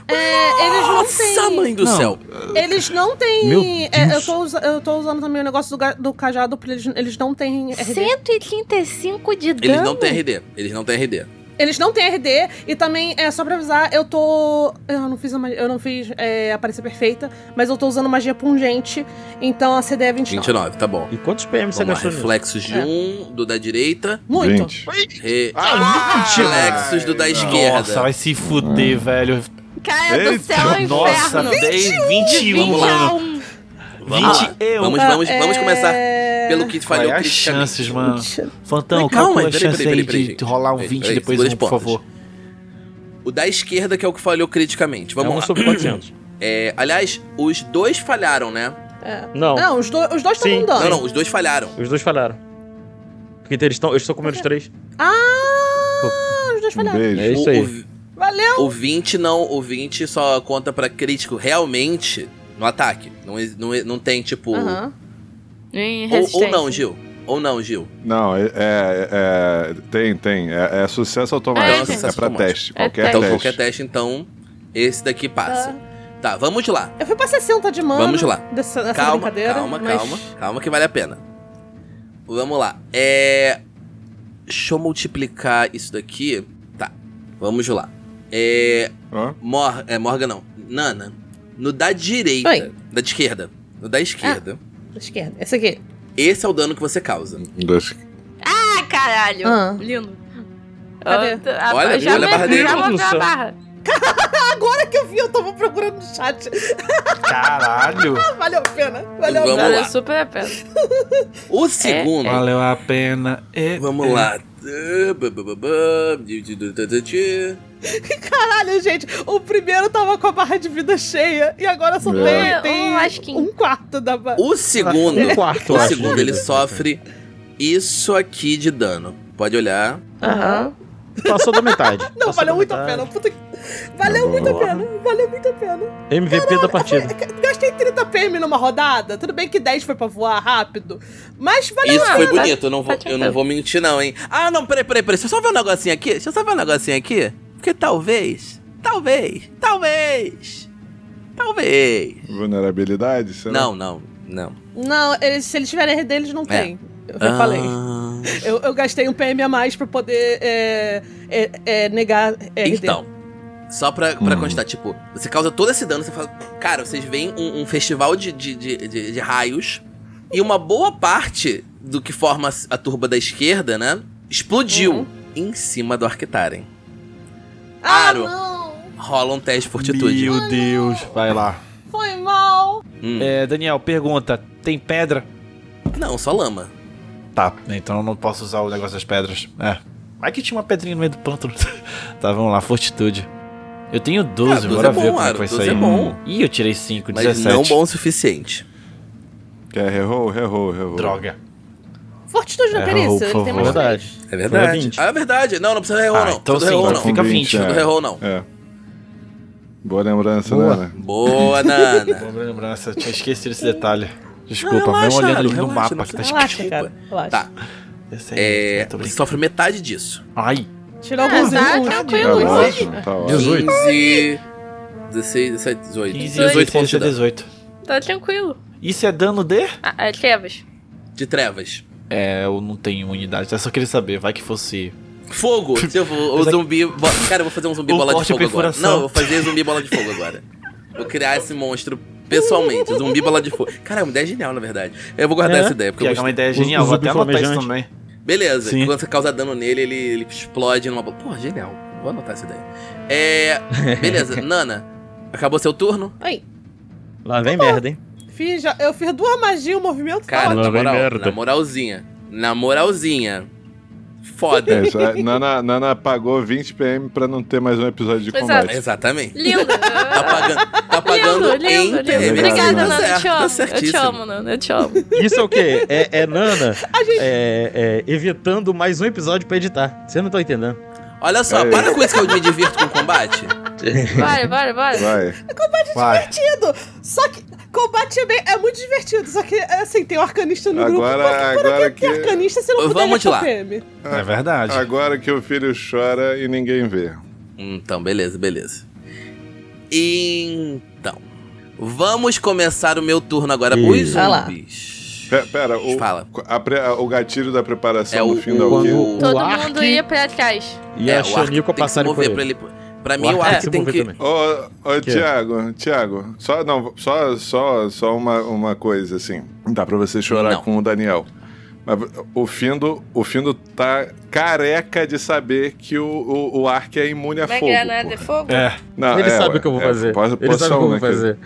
É, eles não têm. Nossa, mãe do Não. céu. Eles não Meu têm. é, eu, Deus. tô, usa- eu tô usando também o negócio do, ga- do cajado, porque eles, eles não têm RD. 135 de dano. Eles não têm RD. Eles não têm RD. Eles não têm RD. E também, é só pra avisar, eu tô. Eu não fiz, a ma- eu não fiz é, aparecer perfeita, mas eu tô usando magia pungente. Então a CD é 29. 29, tá bom. E quantos PM você Vamos lá, gastou nisso? reflexos de É. um, do da direita. Muito. Gente, Re... Ah, reflexos do da esquerda. Nossa, vai se fuder, velho. Cara do Eita, céu ao Nossa, inferno. 10, 21, 20 a mano. 1. Ah, Vamos lá. 20 eu. Vamos, Ah, vamos, vamos é- começar pelo que Qual é falhou as criticamente. chances, mano? Então, Fantão, Mas calma, calma, calcula a um. peraí, peraí, chance aí peraí, peraí, de gente. rolar um Peraí, 20 peraí, depois segura um, as por pontas. favor. O da esquerda que é o que falhou criticamente. Vamos é um lá. sobre 400. É, aliás, os dois falharam, né? Não, Ah. Não, os, do- os dois estão Ah. Sim. dando. Não, não, os dois falharam. os dois falharam. Porque eles estão. Eu estou comendo os três. Ah, os dois um falharam. É beijo. isso O- aí. o- Valeu! O, 20 não, o 20 só conta pra crítico realmente no ataque. Não, ex- não, não tem, tipo. Aham. Em Ou, ou resistência. não, Gil. Ou não, Gil. Não, é, é- é- tem, tem. É, é sucesso automático. Ah, é É, sucesso pra automático. teste. É Qualquer então, teste. qualquer teste, então, esse daqui passa. Tá, vamos lá. Eu fui pra 60 de mano. Vamos lá. Dessa, dessa Calma, brincadeira. calma, mas- calma. Calma que vale a pena. Vamos lá. É. Deixa eu multiplicar isso daqui. Tá, vamos lá. É. Hã? Mor... é Morgan não. Nana. No da direita. Oi. Da esquerda. No da esquerda. Esquerda. Esse aqui. Esse é o dano que você causa. Dois- Ah, caralho. Ah. Lindo. Cadê? Ah, tá- ah, Olha, já olha a barra me- dele. Já moveu a Nossa. barra. Agora que eu vi, eu tava procurando no chat. Ah, Caralho. Valeu a pena. Valeu a Vamos pena. Valeu lá. super a pena. É. O segundo. Valeu a pena. É, É. Vamos é. lá. Caralho, gente. O primeiro tava com a barra de vida cheia e agora só É. tem, tem Um lasquinho. um quarto da barra. O segundo. Um quarto, eu O acho, segundo, de ele vida. sofre isso aqui de dano. Pode olhar. Aham. Passou da metade. Ah, Não, Passou valeu da muito a metade. pena. Puta... que- Valeu muito a pena. Valeu muito a pena. MVP da partida. Gastei 30 PM numa rodada. Tudo bem que 10 foi pra voar rápido. Mas valeu Isso a foi pena. bonito, eu não, vou, tá eu não vou mentir, não, hein? Ah, não, peraí, peraí, peraí. Deixa eu só ver um negocinho aqui. Deixa eu só ver um negocinho aqui. Porque talvez. Talvez. Talvez. Talvez. Vulnerabilidade? será? Não, não, não. Não, eles, se eles tiverem RD, eles não têm. Eu já Ah, falei. Eu, eu gastei um PM a mais pra poder é, é, é, negar RD. Então, só pra, pra constar, tipo, você causa todo esse dano, você fala. Cara, vocês veem um, um festival de, de, de, de- de raios e uma boa parte do que forma a turba da esquerda, né? Explodiu Uhum. em cima do Arctaren. ah, Aro. não! Rola um teste de fortitude. Meu Deus. Vai lá. Foi mal! Hum. É, Daniel, pergunta. Tem pedra? Não, só lama. Tá, então eu não posso usar o negócio das pedras. É. Vai que tinha uma pedrinha no meio do pântano. tá, vamos lá, fortitude. Eu tenho 12, Ah, 12 bora é bom, ver como é Aro, que vai 12 sair. é bom. Ih, eu tirei 5, Mas 17. não bom o suficiente. Quer é reroll? Reroll, reroll. Droga. Fortitude na É, perícia, ele por tem favor. mais três. É Foi verdade. 20. Ah, é verdade. Não, não precisa reroll, Ah, não. então precisa sim, reroll, então não. fica 20, Não é. precisa reroll, não. É. Boa lembrança, Boa. né? Boa, Nana. Boa lembrança, eu tinha esquecido esse detalhe. Desculpa, é. Não, relaxa, mesmo olhando ali Aro, no relaxa, mapa não que tá precisa- escrito. Relaxa, cara. Relaxa. Tá, é, você sofre metade disso. Ai, Tirou Ah, alguns tá um. Tá tranquilo. ótimo, tá ótimo. 18. 15, 16, 17, 18. 15, 18 pontos de 16, dano. 18. Tá tranquilo. Isso é dano de? Ah, ah, Trevas. De trevas. É, eu não tenho unidade, eu só queria saber, vai que fosse... Fogo. Se eu for, o zumbi... bo- Cara, eu vou fazer um zumbi Ou bola de é corte e fogo agora. perfuração. Não, eu vou fazer zumbi bola de fogo agora. Vou criar esse monstro pessoalmente. Zumbi bola de fogo. Caramba, ideia genial, na verdade. Eu vou guardar É, essa ideia, porque Que eu é gostei. uma ideia Os- genial, os vou até zumbis anotar isso também. flamejantes. Beleza, Sim. quando você causa dano nele, ele, ele explode numa. bo- Pô, genial. Vou anotar essa ideia. É. Beleza, Nana. Acabou seu turno? Aí, Lá vem merda, hein? fiz, já- eu fiz duas magias, um movimento Cara, tá Lá na vem moral. merda. Na moralzinha. Na moralzinha. É Foda. isso. é, Nana, Nana pagou 20 PM pra não ter mais um episódio de Pois é. combate. Exatamente. Lindo. Tá pagando, tá pagando lindo, lindo, em TV. lindo. Obrigado, Obrigada, Nana. Nana. Eu te Tá amo. Eu te certíssimo. amo, Nana. Eu te amo. Isso é o quê? É, é Nana A gente- é, é, evitando mais um episódio pra editar. Você não tá entendendo. Olha só, Aí. para com isso que eu me divirto com o combate. Bora, bora, bora. Vai. Vai. divertido. Só que combate é, bem, é muito divertido. Só que, assim, tem o arcanista no grupo. Agora, agora Tem que, é- arcanista, você não Vamos puder lá. PM. É verdade. agora que o filho chora e ninguém vê. Hum, Então, beleza, beleza. Então, vamos começar o meu turno agora Ih. com os Vai lá. zumbis. É, Pera, pera, o, Fala. a pre- a- o gatilho da preparação É no o- fim da o- o, o Todo Ark mundo ia pra trás. e É, a o arco tem Shoniko que se passarem por mover pra ele. ele. Pra mim, o Ark tem arco que se tem mover que... também. Ô, ô Que? Tiago, Tiago, só, não, só, só, só uma, uma coisa, assim. Dá pra você chorar Não. com o Daniel. Mas o Findo, o Findo tá careca de saber que o, o, o Ark é imune a Não é fogo. granada, é porra. fogo? É. Não, ele é, sabe ué, o que eu vou é, né, fazer. posso- ele posso sabe só o que eu uma vou aqui. fazer.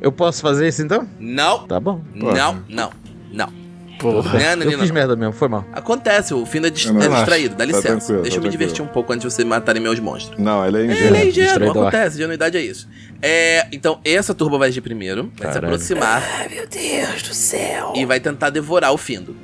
Eu posso fazer isso então? Não, Tá bom. não, não, não. Porra. Não, não, eu não, fiz não. merda mesmo, foi mal. Acontece, o Findo é, dis- Eu não é acho. distraído, dá Tá licença. tranquilo, Deixa eu tá me tranquilo. divertir um pouco antes de vocês matarem meus monstros. Não, ele é Ele é ingênuo. ingênuo, distraído, acontece, genuidade é isso. É, então, essa turba vai agir primeiro, vai se Caralho. aproximar Meu Deus do céu. e vai tentar devorar o Findo.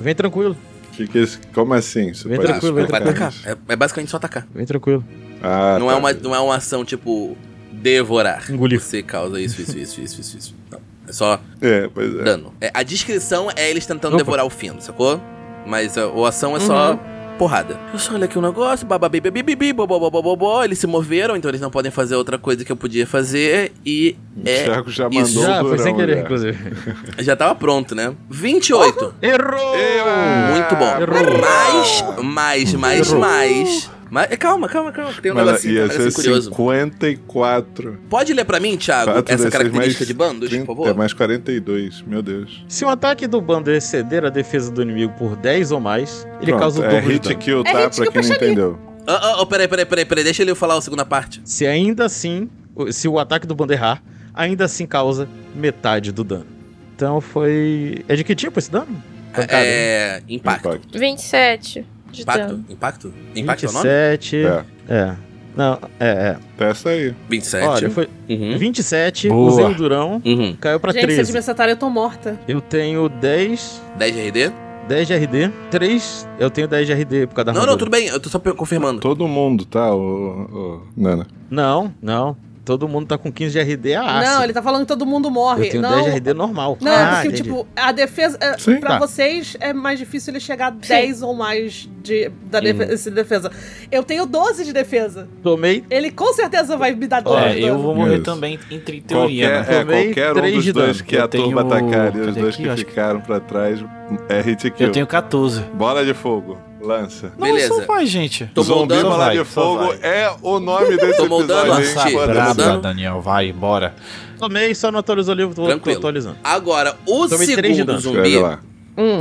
Vem tranquilo, Que que é isso? Como assim? Você Vem pode tranquilo, vem vai explicar atacar. isso? É, é basicamente só atacar. vem tranquilo. Ah, não, tá. é uma, não é uma ação tipo devorar. Engolir. Você causa isso, isso, isso, isso, isso, isso. Não. É só É, pois é. dano. É, a descrição é eles tentando Opa. devorar o Findo, sacou? Mas a, a ação é só porrada. Eu só olho aqui o negócio, bababi, bibibi, bobobobobobó. Eles se moveram, então eles não podem fazer outra coisa que eu podia fazer. E O é Tiago já mandou isso. o Já, foi durão, sem querer, já. inclusive. já tava pronto, né? 28. Errou! Eba! Muito bom. Errou. Mais, mais, mais, Errou. mais. Mas, é, calma, calma, calma. que Tem um Mano, negocinho ia que parece ser curioso. 54. Pode ler pra mim, Thiago, Quatro, essa dezesseis, característica mais de bandos, 30, por É favor? mais 42, meu Deus. Se um ataque do bando exceder a defesa do inimigo por 10 ou mais, ele Pronto, causa o é dobro de hit dano. kill, tá? É hit pra kill quem pra não Shaggy. entendeu. Ah, ah, ah, peraí, peraí, peraí, peraí. Deixa ele falar a segunda parte. Se ainda assim, o- se o ataque do bando errar, ainda assim causa metade do dano. Então foi. É de que tipo esse dano? Então tá, Pancada, né? É. Impacto. Impacto. 27 de dano. Impacto? Impacto? Impacto é o nome? 27. É. É. Não, é, Testa aí. 27. é. Olha, foi Uhum. 27, Boa. usei o durão, Uhum. caiu pra Gente, se 13. adversário, eu tô morta. Eu tenho 10, 10 de RD? 10 de RD, 3, eu tenho 10 de RD por causa da Não, não, armadura. tudo bem. Eu tô só pe- confirmando. Todo mundo, tá? O, Nana. Não, não. Todo mundo tá com 15 de RD a aço. Não, ele tá falando que todo mundo morre. Eu tenho não, 10 de RD normal. Não, Ah, porque, entendi. tipo, a defesa. é, Sim. pra Tá. vocês é mais difícil ele chegar a 10 ou mais de, da defe- de defesa. Eu tenho 12 de defesa. Tomei, Ele com certeza vai me dar dor. Olha, É, eu vou morrer Isso. também, entre teoria, Qualquer, né? é, Tomei qualquer um três dos de dois dano. que Eu a turma tenho- atacar e os cadê dois aqui? que Eu acho que- ficaram pra trás é hit kill. Eu tenho 14. Bola de fogo, lança. Não, Beleza. só vai, gente. Tomou Zumbi dano, Bola vai, de só Fogo vai. é o nome desse Tomou episódio, dano, hein? Lança aí, Foda-se. braba, dano. Daniel, vai, bora. tomei, só não atualizou o livro, tô, tô Tranquilo. atualizando. Agora, o Tomei três de segundo dano. zumbi. Olha lá.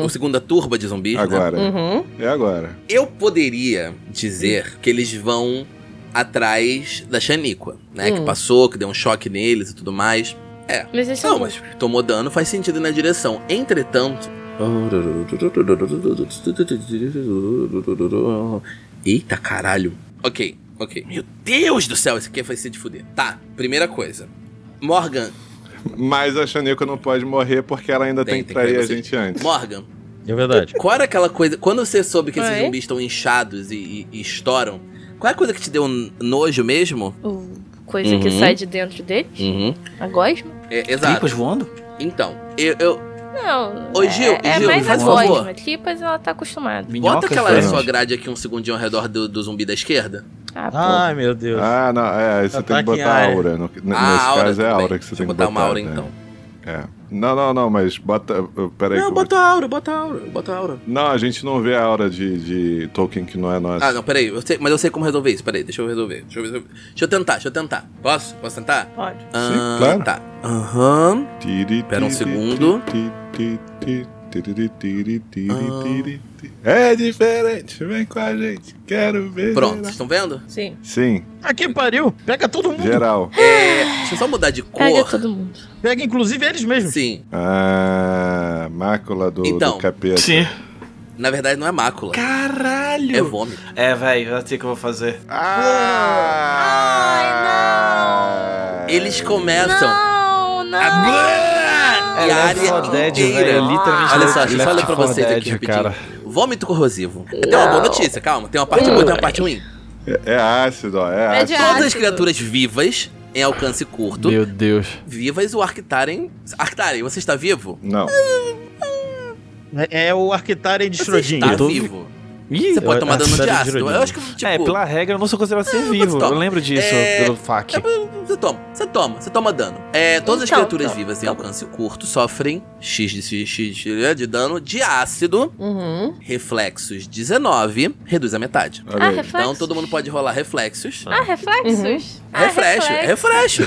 O segunda turba de zumbis. né? Agora. Hum. Uhum. É agora. Eu poderia dizer que eles vão atrás da Shaniqua, né? Que Hum. passou, que deu um choque neles e tudo mais. Mas é eles Não, são mas tomou dano, faz sentido ir na direção. Entretanto. Eita caralho. Ok, ok. Meu Deus do céu, esse aqui vai ser de fuder. Tá, primeira coisa. Morgan, Mas a Shanico não pode morrer porque ela ainda tem, Tem, que tem que trair a trair gente antes. Morgan, É verdade. qual era aquela coisa. Quando você soube que esses Oi? zumbis estão inchados e, e- e estouram, qual é a coisa que te deu nojo mesmo? o coisa que Uhum. sai de dentro deles? Uhum. A gosma? É, Tripas exato. voando? Então, eu, eu- Não. Ô, é- Gil, é, Gil, mais faz a um favor. gosma. Tripas ela tá acostumada. Bota é Minhocas aquela voando. Fernandes. sua grade aqui um segundinho ao redor do, do zumbi da esquerda. Ah, pô. Ai, meu Deus. Ah, não, Tá é, você tem que Ataque em botar a área. aura. no- n- nesse Ah, aura, caso é a tudo bem. aura que você Deixa tem eu que botar botar. uma aura né? então. É. Não, não, não, mas bota. uh, Peraí. que Não, eu vou- bota a aura, bota a aura, bota a aura. Não, a gente não vê a aura de, de Tolkien que não é nossa. Ah, não, peraí, eu sei- mas eu sei como resolver isso, peraí, deixa eu resolver. Deixa eu, resolver. Deixa eu tentar, deixa eu tentar. Posso? Posso tentar? Pode. Ah, claro. Tá. Aham. Tiri, Pera um tiri, segundo. tiri, tiri, tiri, tiri, tiri, tiri, Ah. tiri, tiri. É diferente, vem com a gente. Quero ver. Pronto, vocês geral. estão vendo? Sim. Sim, Aqui pariu. Pega todo mundo. geral. É, deixa eu só mudar de Pega cor. todo mundo. Pega inclusive eles mesmos. Sim, Ah, mácula do, Então. do capeta. Sim. na verdade não é mácula. É Caralho! vômito. É, velho, eu sei o que eu vou fazer. Ah! Eles começam. Não, não. A... E a é área inteira. literalmente. é Olha só, deixa eu só ler pra vocês aqui rapidinho. Vômito corrosivo. Tem uma boa notícia, calma. Tem uma parte boa e tem uma parte ruim. É, é ácido, ó. É Média ácido. Todas as ácido. criaturas vivas, em alcance curto, Meu Deus. vivas, o Arctaren... Arctaren, você está vivo? Não. É, é o Arquitaren de Schrodinho. Está Eu tô- vivo. Ih, Você É, pode tomar dano de Arctaren de ácido. Schrödinger. Eu acho que, tipo... É, pela regra eu não sou considerado ser vivo. stop. Eu lembro disso É, pelo FAC. Você toma, você toma, você toma dano. É, todas Então, as criaturas tá, vivas em tá alcance curto sofrem X de, X, X de de dano de ácido, Uhum. reflexos 19, reduz a metade. Olha Ah, aí. reflexos. Então todo mundo pode rolar reflexos. Ah, reflexos? Ah, Uhum. refresh, refresh.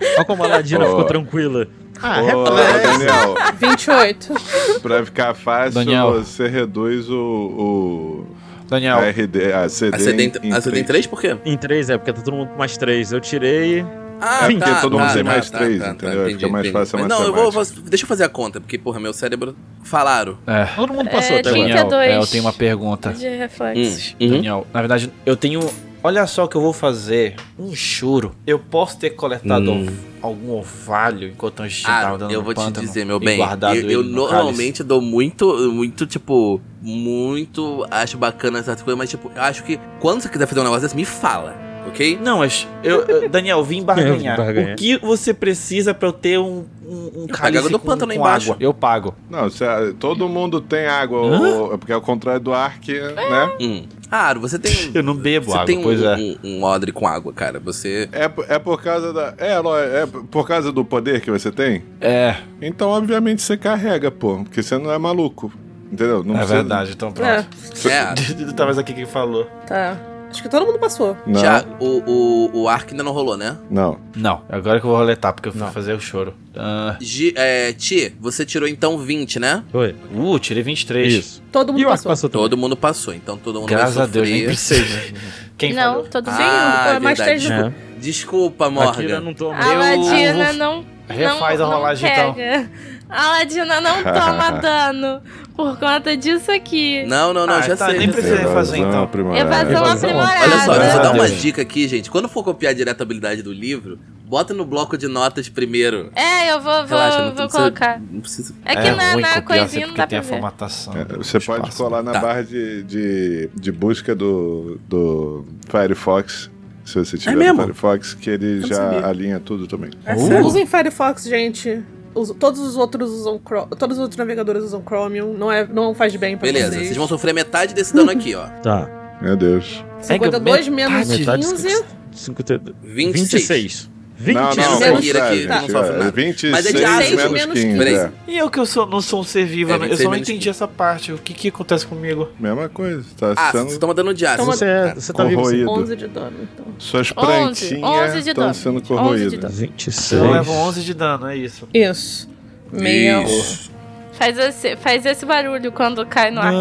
Olha como a Ladina Ó. ficou tranquila. Ah, Ô, reflexo. Daniel, 28. pra ficar fácil, Daniel. você reduz o, o Daniel, a RD, a CD, Acedem em- em três. 3 por quê? Em três é, porque tá todo mundo com mais três. Eu tirei. Ah, É porque todo mundo tem tá, mais três, entendeu? Fica mais fácil a Mas Não, eu vou, matemática. vou- Deixa eu fazer a conta, porque, porra, meu cérebro. Falaram. é, Todo mundo passou É, até trinta. agora. Daniel, 32. é, eu tenho uma pergunta. De Hum, reflexos. uhum. Tá. Daniel, na verdade, eu tenho. Olha só o que eu vou fazer. Um churo. Eu posso ter coletado Hum. ov- algum ovalho enquanto a gente Ah, tava dando eu no vou te pântano dizer, meu e bem. guardado Eu, ele eu no normalmente dou muito, muito, tipo, muito. Acho bacana certas coisas, mas, tipo, eu acho que quando você quiser fazer um negócio desse, me fala, ok? Não, mas eu, eu- Daniel, eu vim barganhar. Eu vim barganhar. O que você precisa pra eu ter um, um, um pago cálice água do com, pântano aí com embaixo. água? Eu pago. Não, você- ah, todo mundo tem água, ou- porque é o contrário do Ark, né? Hum. Ah, você tem. Eu não bebo você água, tem um, pois é. um, um odre com água, cara. Você. É, por- é por causa da. É, Eloy, é por causa do poder que você tem? É, Então, obviamente, você carrega, pô, porque você não é maluco. Entendeu? Não é precisa- verdade, então pronto. É, É. Talvez aqui que falou. tá. Acho que todo mundo passou. Não, Já, o, o, o arco ainda não rolou, né? não. Não, agora que eu vou roletar, porque eu vou fazer o choro. Ah, Gi, é, Ti, você tirou então 20, né? Foi. uh, tirei 23. Isso. Todo mundo E o Arco passou. passou também. Todo mundo passou, então todo mundo Graças vai a Deus, nem sofrer. precisei. Quem não, falou? todo mundo. Ah, Sim, mais verdade. três no- É. Desculpa, Akira Morgan. não toma. A Eu- Ladina eu vou- não. Refaz não, a rolagem não então. pega. A Ladina não toma dano por conta disso aqui. Não, não, não, Ah, já tá, sei. nem já sei. precisa refazer, Evasão então. aprimorada. Evasão Evasão. aprimorada. Olha só, Graças deixa eu a dar uma Deus. dica aqui, gente. Quando for copiar direto a habilidade do livro, bota no bloco de notas primeiro. É, eu vou, vou, um Relaxa, não vou precisa- colocar. Não precisa. É que na, ruim na copiar coisinha sempre não que dá pra tem a ver. formatação. É, do Você pode espaço. né? colar na Tá. barra de, de, de busca do, do Firefox, se você É tiver mesmo? no Firefox, que ele não já sabia. alinha tudo também. Oh. É sério. Usem Firefox, gente. Usa- todos os outros usam Chrome. Todos os outros navegadores usam Chromium. Não, é, não faz bem pra Beleza, vocês. vocês vão sofrer metade desse dano aqui, Ah, ó. Tá. Meu Deus. 52 Pega menos é metade. 15. 52. 26. 26. Não, não, Menos não aqui, serve, não sofre é, nada. 26 Mas é de ácido. menos Menos 15. Peraí. é. E eu que eu sou, não sou um ser vivo, É, né? eu 26 só não menos entendi quinze. essa parte. O que que acontece comigo? Mesma coisa, tá Ah, vocês sendo estão mandando de ácido. Toma- Você, é- você tá vivo. sim. corroído. 11 de dano, então. Suas 11, 11 plantinhas de estão dano. sendo 11 de corroídas. dano. 26. Eu levo 11 de dano, é isso. Isso. Meu. Isso. Faz esse, faz esse barulho quando cai no ar.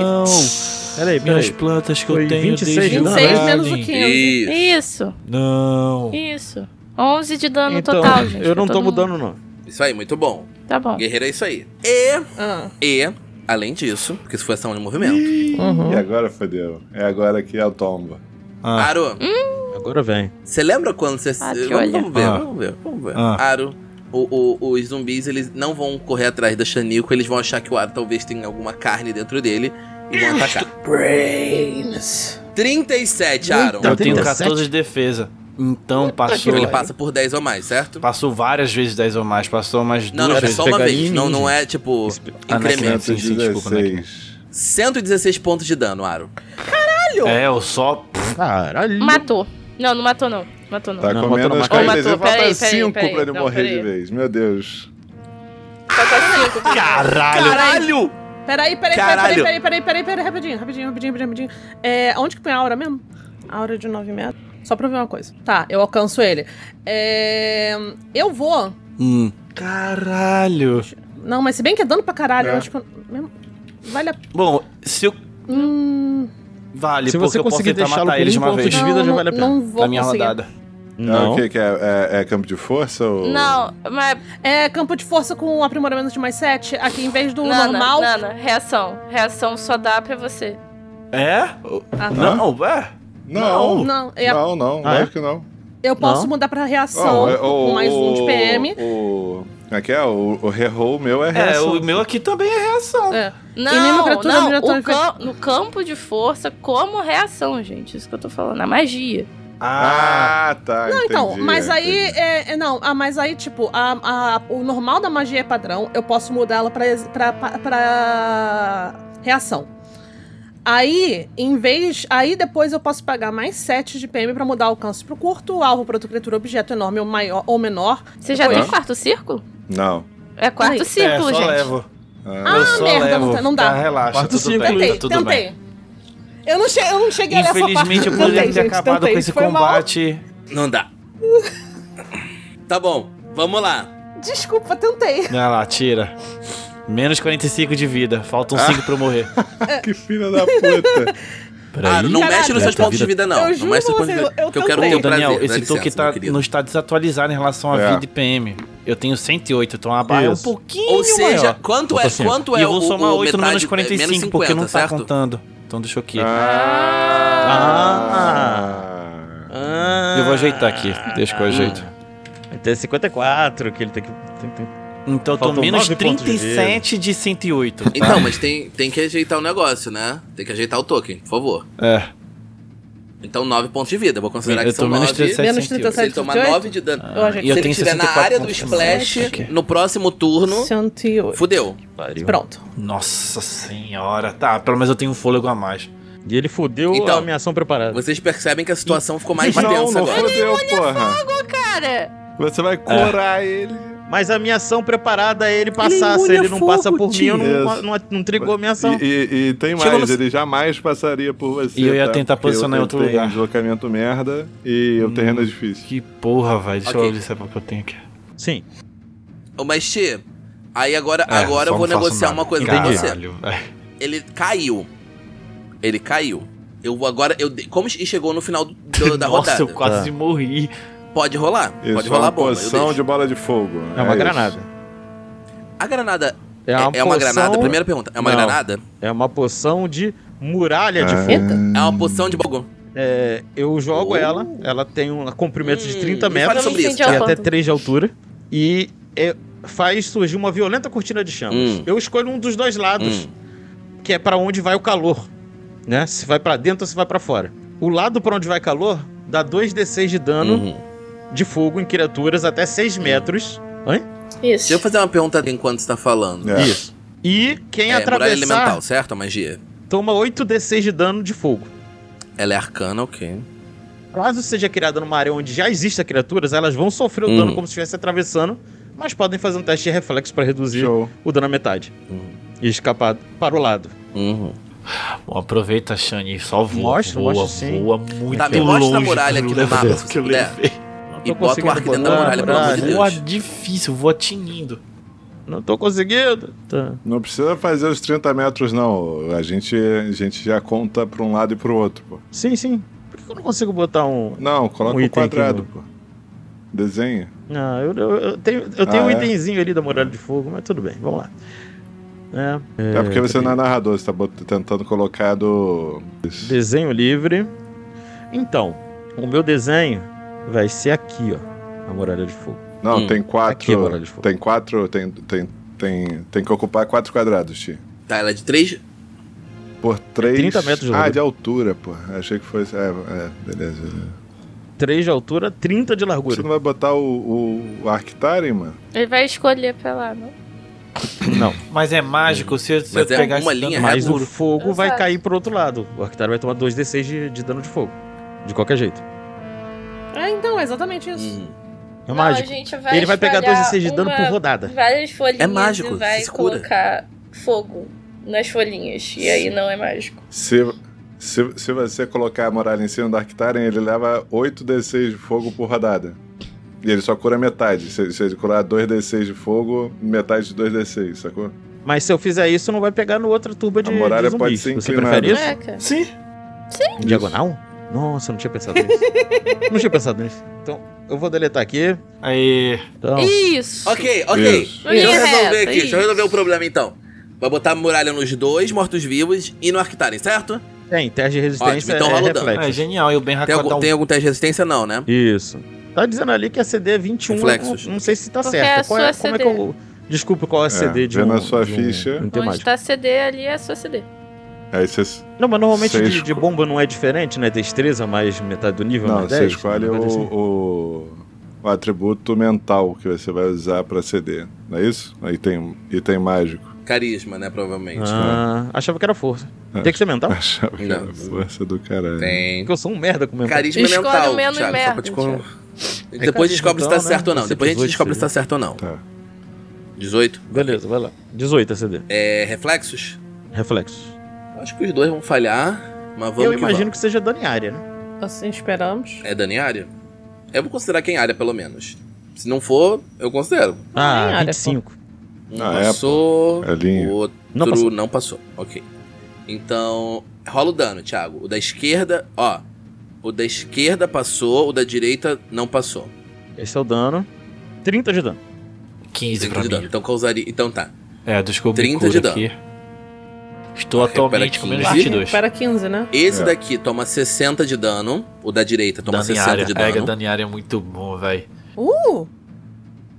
Peraí, Minhas peraí. plantas que eu Foi tenho 26 desde de o dano. 26 Alien. menos o 15. Isso. Isso, Não. isso. 11 de dano Então, total, gente. eu não pra todo tomo mundo. dano, não. Isso aí, muito bom. Tá bom. Guerreiro é isso aí. E, Ah. e, além disso, porque isso foi ação de movimento. Uhum. E agora fodeu. É agora que é o tomba. Ah. Aro, Agora vem. você lembra quando você. Ah, que vamos, vamos ver, olha. vamos ver, vamos ver. Ah. Aro, o- o- os zumbis, eles não vão correr atrás da Xanico, eles vão achar que o Aro talvez tenha alguma carne dentro dele e vão Ah. atacar. Brains. 37, Aaron. Tipo, Eu tenho 37? 14 de defesa. Então passou. Ele passa por 10 ou mais, certo? Passou várias vezes 10 ou mais, passou umas Não, não, duas é vezes. só uma pegaria vez. em Não, mim, não gente. é tipo. Ah, na Incremento. sim, sim, desculpa, né? 116. 116 pontos de dano, Aro. É, eu só. Caralho. Matou. Não, não matou, não. Matou, não. Tá Não, comendo matou na as macaca. coisas. Ô, Ele matou, falta peraí, peraí, 5 pra peraí. ele Não, morrer de peraí. vez. Meu Deus. Caralho! Caralho! Peraí, peraí, Caralho. peraí, peraí, peraí, peraí, peraí, peraí, rapidinho, rapidinho, rapidinho, rapidinho, rapidinho. É, onde que põe a aura mesmo? A aura de 9 metros. Só pra eu ver uma coisa. Tá, eu alcanço ele. É, eu vou. Hum. Caralho! Não, mas se bem que é dano pra caralho, É. eu acho que. eu- mesmo- Vale a. Bom, se eu. Hum, Vale, Se porque você eu posso conseguir tentar deixá-lo matar com eles de um uma ponto vez. de- não, vida já não, vale a pena. Não vou Na minha conseguir. rodada. Ah, Não. O que que é? É- é campo de força ou... Não, mas. É campo de força com um aprimoramento de mais 7. Aqui, em vez do Nana, normal. Nana, reação. Reação só dá pra você. É? Ah, tá. Não, é? Não, não, Não, é- não. não Ah, é? lógico que não. eu posso Não. mudar pra reação Ó, é- com mais um de PM. O, como é que é? O, o reroll meu é É, reação. o meu aqui também é reação. É. Não, criatura não, objeto o cam- no campo de força como reação, gente. Isso que eu tô falando, a magia. Ah, tá. Não, então, entendi, mas aí. entendi. É, é, não, ah, mas aí, tipo, a, a- o normal da magia é padrão, eu posso mudá-la pra, ex- pra, pra, pra reação. Aí, em vez. Aí depois eu posso pagar mais 7 de PM pra mudar o alcance pro curto, alvo pra outra criatura, objeto enorme ou, maior, ou menor. Você já Oi. tem quarto círculo? Não. É quarto Ai. É, círculo, só gente. levo. Ah, Eu Ah, só merda, levo. não dá. Tá, relaxa. Quarto tudo círculo. bem. Tentei, tá tudo tentei. bem. Eu não, che eu não cheguei a nessa parte. Infelizmente eu poderia ter Tentei, gente, acabado tentei. com esse Foi mal. combate. Não dá. tá bom, vamos lá. Desculpa, tentei. Vai lá, tira. Menos 45 de vida. Faltam Ah. 5 pra eu morrer. Ah, é. que filha da puta. Ah, não Caralho. mexe nos seus Tua pontos de vida, não. Eu não juro mexe nos pra pontos de você, vida. eu Porque eu quero também. ter Ô, o prazer. Daniel, Dá esse licença, toque meu tá, querido. não está desatualizado em relação a É. vida e PM. Eu tenho 108, então a barra é um Isso. pouquinho Ou seja, maior. quanto é, Bota assim, ó. quanto e é eu o, vou somar o 8 no metade, menos é, 45, menos 50, porque não tá certo? contando. Então deixa eu aqui. Ah. Ah. Eu vou ajeitar aqui, deixa que eu ajeito. Até 54, que ele tem que. tem- tem- Então eu tô Faltam menos nove pontos de 37 de 108. tá? Então, mas tem, tem que ajeitar o negócio, né? Tem que ajeitar o token, por favor. É, Então, 9 pontos de vida. Vou considerar eu que tô são 9. menos Se 37 Menos 108. ele tomar 38? 9 de dano. Eu acho Ah, E eu Se ele tenho estiver na 64 área do pontos. splash, Ok. no próximo turno, 108. fudeu. Pariu. Pronto. Nossa senhora. Tá, pelo menos eu tenho um fôlego a mais. E ele fudeu Então, a minha ação preparada. Vocês percebem que a situação ficou mais Não, tensa não agora. fodeu, é porra. Cara, Você vai curar ele. Mas a minha ação preparada é ele passar. Se ele não passa por mim, eu não, Isso. não, não trigou a minha ação. E, e- e tem Chegou mais, no- ele jamais passaria por você. E eu ia tá? tentar Porque eu- posicionar em eu outro tenho lugar. deslocamento merda e o terreno é difícil. Que porra, velho. Deixa Ok. eu ver se é o que eu tenho aqui. Sim. Ô, Mas, Tchê, aí agora, É, agora só eu vou não faço negociar nada. uma coisa com Caralho, você. velho. Ele caiu. Ele caiu. Eu vou agora. Eu, dei- como e chegou no final do- da Nossa, rodada? eu quase morri. Pode rolar. Isso pode é rolar uma a bomba. eu poção deixo. de bola de fogo. É uma isso. granada. A granada É é, uma, é uma poção- granada? Primeira pergunta. É uma Não. granada? É uma poção de muralha de Ah. fogo. É uma poção de bagulho. É, eu jogo Oh. ela, ela tem um comprimento de Hum, 30 me fala metros sobre isso, e Thiago. até 3 de altura. E é, faz surgir uma violenta cortina de chamas. Hum. Eu escolho um dos dois lados, que é pra onde vai o calor. Né? Se vai pra dentro ou se vai pra fora. O lado pra onde vai calor dá 2d6 de dano Uhum. de fogo em criaturas até 6 metros. isso. Deixa eu fazer uma pergunta enquanto você tá falando. É. Isso. E quem É, muralha atravessar elemental, certo? A magia. toma 8d6 de dano de fogo. Ela é arcana, ok. Caso seja criada numa área onde já existem criaturas, elas vão sofrer o Uhum. dano como se estivesse atravessando, mas podem fazer um teste de reflexo pra reduzir Show. o dano à metade Uhum. e escapar para o lado. Uhum. Bom, aproveita, Shani. Só voa. Mostra, voa, mostra sim. voa muito Tá, me longe. mostra a muralha aqui no do mapa, level se que eu puder. levei. Não E bota o arco dentro da muralha, pelo amor de Deus. Voa difícil, voa tinindo. Não tô conseguindo. Tá. Não precisa fazer os 30 metros, não. A gente, a gente já conta pra um lado e pro outro, pô. Sim, sim. Por que eu não consigo botar um. Não, coloca Um o item quadrado, aqui, pô. Desenha. Não, eu, eu- eu tenho, eu tenho Ah, um é? itemzinho ali da muralha de fogo, mas tudo bem, vamos lá. É, É, porque você não é narrador, você tá bot- tentando colocar do. desenho livre. Então, o meu desenho vai ser aqui, ó. A muralha de fogo. Não, Hum. tem quatro. Aqui, bola de fogo. Tem quatro. Tem, tem, tem, tem que ocupar quatro quadrados, Ti. Tá, ela é de 3. Por três. 30 É metros de Ah, largura. de altura, pô. Achei que fosse. É, é, beleza. 3 de altura, 30 de Você largura. não vai botar o, o Arctaren, mano? Ele vai escolher pra lá, não? Não. Mas é mágico, se eu, se Mas eu é pegar uma esse dano linha mais Mas o duro. fogo vai Exato. cair pro outro lado. O Arctaro vai tomar 2d6 de, de dano de fogo. De qualquer jeito. É, então, é exatamente isso. Hum. É mágico. a gente Ele vai pegar espalhar 2d6 de dano uma- por rodada. Várias folhinhas É mágico, e vai se cura. colocar fogo nas folhinhas. E aí não é mágico. Se, se, se você colocar a muralha em cima do Arctaren, ele leva 8d6 de fogo por rodada. E ele só cura metade. Se, se ele curar 2d6 de fogo, metade de 2d6, sacou? Mas se eu fizer isso, não vai pegar no outra turba de, A muralha de zumbis. pode ser Você inclinada. prefere isso? Caraca. Sim. É. Diagonal? Nossa, eu não tinha pensado nisso. não tinha pensado nisso. Então, eu vou deletar aqui. Aí. Então, Isso! Ok, ok. Isso. Deixa eu Isso. resolver aqui, Isso. deixa eu resolver o problema então. Vai botar a muralha nos dois mortos-vivos e no Arctaren, certo? tem teste de Ótimo, resistência então é rola o dano. reflexo. É genial, e o Ben Tem algum, um- Hakodão. um tem algum teste de resistência? Não, né? Isso. Tá dizendo ali que a CD é 21. Reflexos. Não, não sei se tá Porque é a certo. Qual é, sua como é que CD. eu. Desculpa qual é a CD de vê um, na sua de um ficha. item Onde mágico. tá CD ali é só CD. Aí você. Não, mas normalmente Você de, de esco- bomba não é diferente, né? Destreza mais metade do nível, Não, mais você 10, escolhe uma o, coisa assim. o, o atributo mental que você vai usar pra CD. Não é isso? Aí tem item mágico. Carisma, né? Provavelmente. Ah, achava que era força. É. Tem que ser mental? Achava que era Não. força do caralho. Tem. Porque eu sou um merda com mental. Carisma Escolhe mental, o menos Thiago, só pra merda, te con- carisma, Depois descobre se tá então, né? certo ou não. Você Depois a gente 18 descobre se tá seria. certo ou não. Tá. 18. Beleza, vai lá. 18 ACD. É, reflexos? Reflexos. Acho que os dois vão falhar, mas vamos eu que imagino vamos. que seja dano em área, né? Hum. Assim esperamos. É dano em área? Eu vou considerar que é em área, pelo menos. Se não for, eu considero. Dano em Ah, área, 25. Um Ah, é, passou, É linha. o outro Não não passou. passou. Ok. Então, rola o dano, Thiago. O da esquerda, ó. O da esquerda passou, o da direita não passou. Esse é o dano. 30 de dano. 15 30 pra de dano. mim. Então causaria. Então tá. É, descobri 30 30 de aqui. Estou Recupera atualmente com menos quinze. 22. Para 15, né? Esse É. daqui toma 60 de dano. O da direita toma Daniária. 60 de É, dano. Daniária é muito bom, velho. Uh!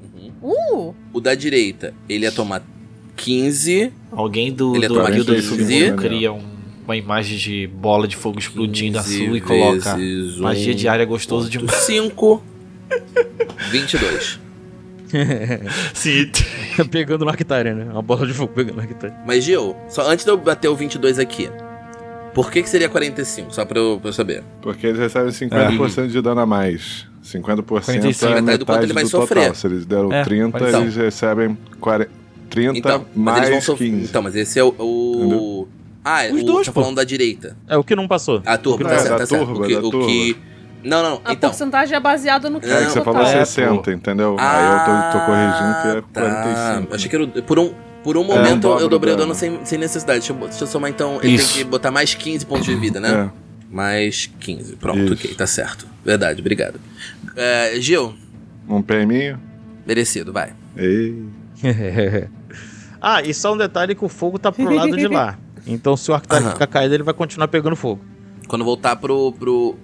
Uhum. Uh! O da direita, ele ia tomar 15. Alguém do, Ele é do tomado guilda de do fuzil. Mundo cria um- uma imagem de bola de fogo explodindo a 15 sua e coloca vezes magia um de área gostoso ponto demais. cinco, 22. Sim. pegando na Arctária, né? Uma bola de fogo pegando na Arctária. Mas, Gil, só antes de eu bater o 22 aqui, por que que seria 45? Só pra eu, pra eu saber. Porque eles recebem É. 50% de dano a mais. 50% 45. é Metade metade do do, quanto ele vai total. sofrer. Se eles deram É, 30, pode ser. eles recebem 40, 30 Então, mas eles vão mais sofrer. 15. Então, mas esse é o. o... Ah, é Os o, dois, tá pô. falando da direita. É o que não passou. A turba, Não, tá é certo, da tá certo. turba, o que, da o turma. que- Não, não, A então. porcentagem é baseada no É que você Ah, falou tá. É, 60, entendeu? Aí eu tô, tô corrigindo que é 45. Tá. Achei Ah, que era, o- por um, por um É, momento eu dobra dobrei o o dano dano. sem, sem necessidade. Deixa eu, bo- deixa eu somar então. Ele Isso. tem que botar mais 15 pontos de vida, né? É. Mais 15. Pronto, Isso. ok, tá certo. Verdade, obrigado. É, Gil, Um prêmio. merecido, vai. Ei. ah, e só um detalhe que o fogo tá pro lado de lá. Então se o Arctário Aham. ficar caído, ele vai continuar pegando fogo. Quando voltar pro. pro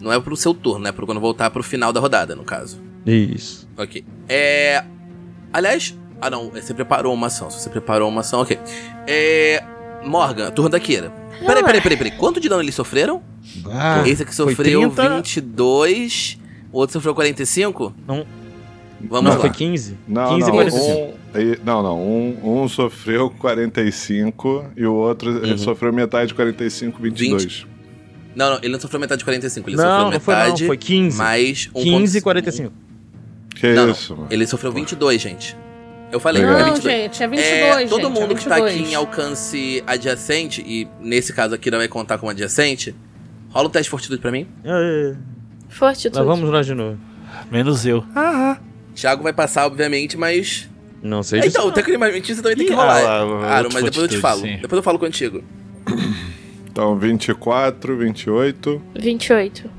não é pro seu turno, é pro quando voltar pro final da rodada, no caso. Isso. Ok. É. Aliás. Ah, não. Você preparou uma ação. Se você preparou uma ação, ok. É. Morgan, turno da Kira. Peraí, é. peraí, peraí, peraí. Quanto de dano eles sofreram? Ah, Esse aqui foi sofreu 30. 22. O outro sofreu 45? Não. Vamos não, lá. foi 15. Não, 15 não, e 45. um, aí- não, não. Um, um sofreu 45 e o outro Uhum. sofreu metade de 45, 22. Não, não, ele não sofreu metade de 45. Ele Não, sofreu não foi não, metade um foi 15. mais 1. 15 e 45. Que Não, não. isso, mano. Ele sofreu 22, gente. Eu falei, Legal. é Não, 22. gente, é 22. É, todo gente, mundo é que tá aqui 22. em alcance adjacente, e nesse caso aqui não vai contar como adjacente, rola o teste de fortitude pra mim. É, é. Fortitude. Lá vamos nós de novo. Menos eu. Thiago vai passar, obviamente, mas. Não sei disso. Então, tecnicamente você também tem que Ih, rolar. ah, lá, lá, Claro, outra mas depois eu te fortitude, falo. sim. Depois eu falo contigo. Então, 24, 28. 28.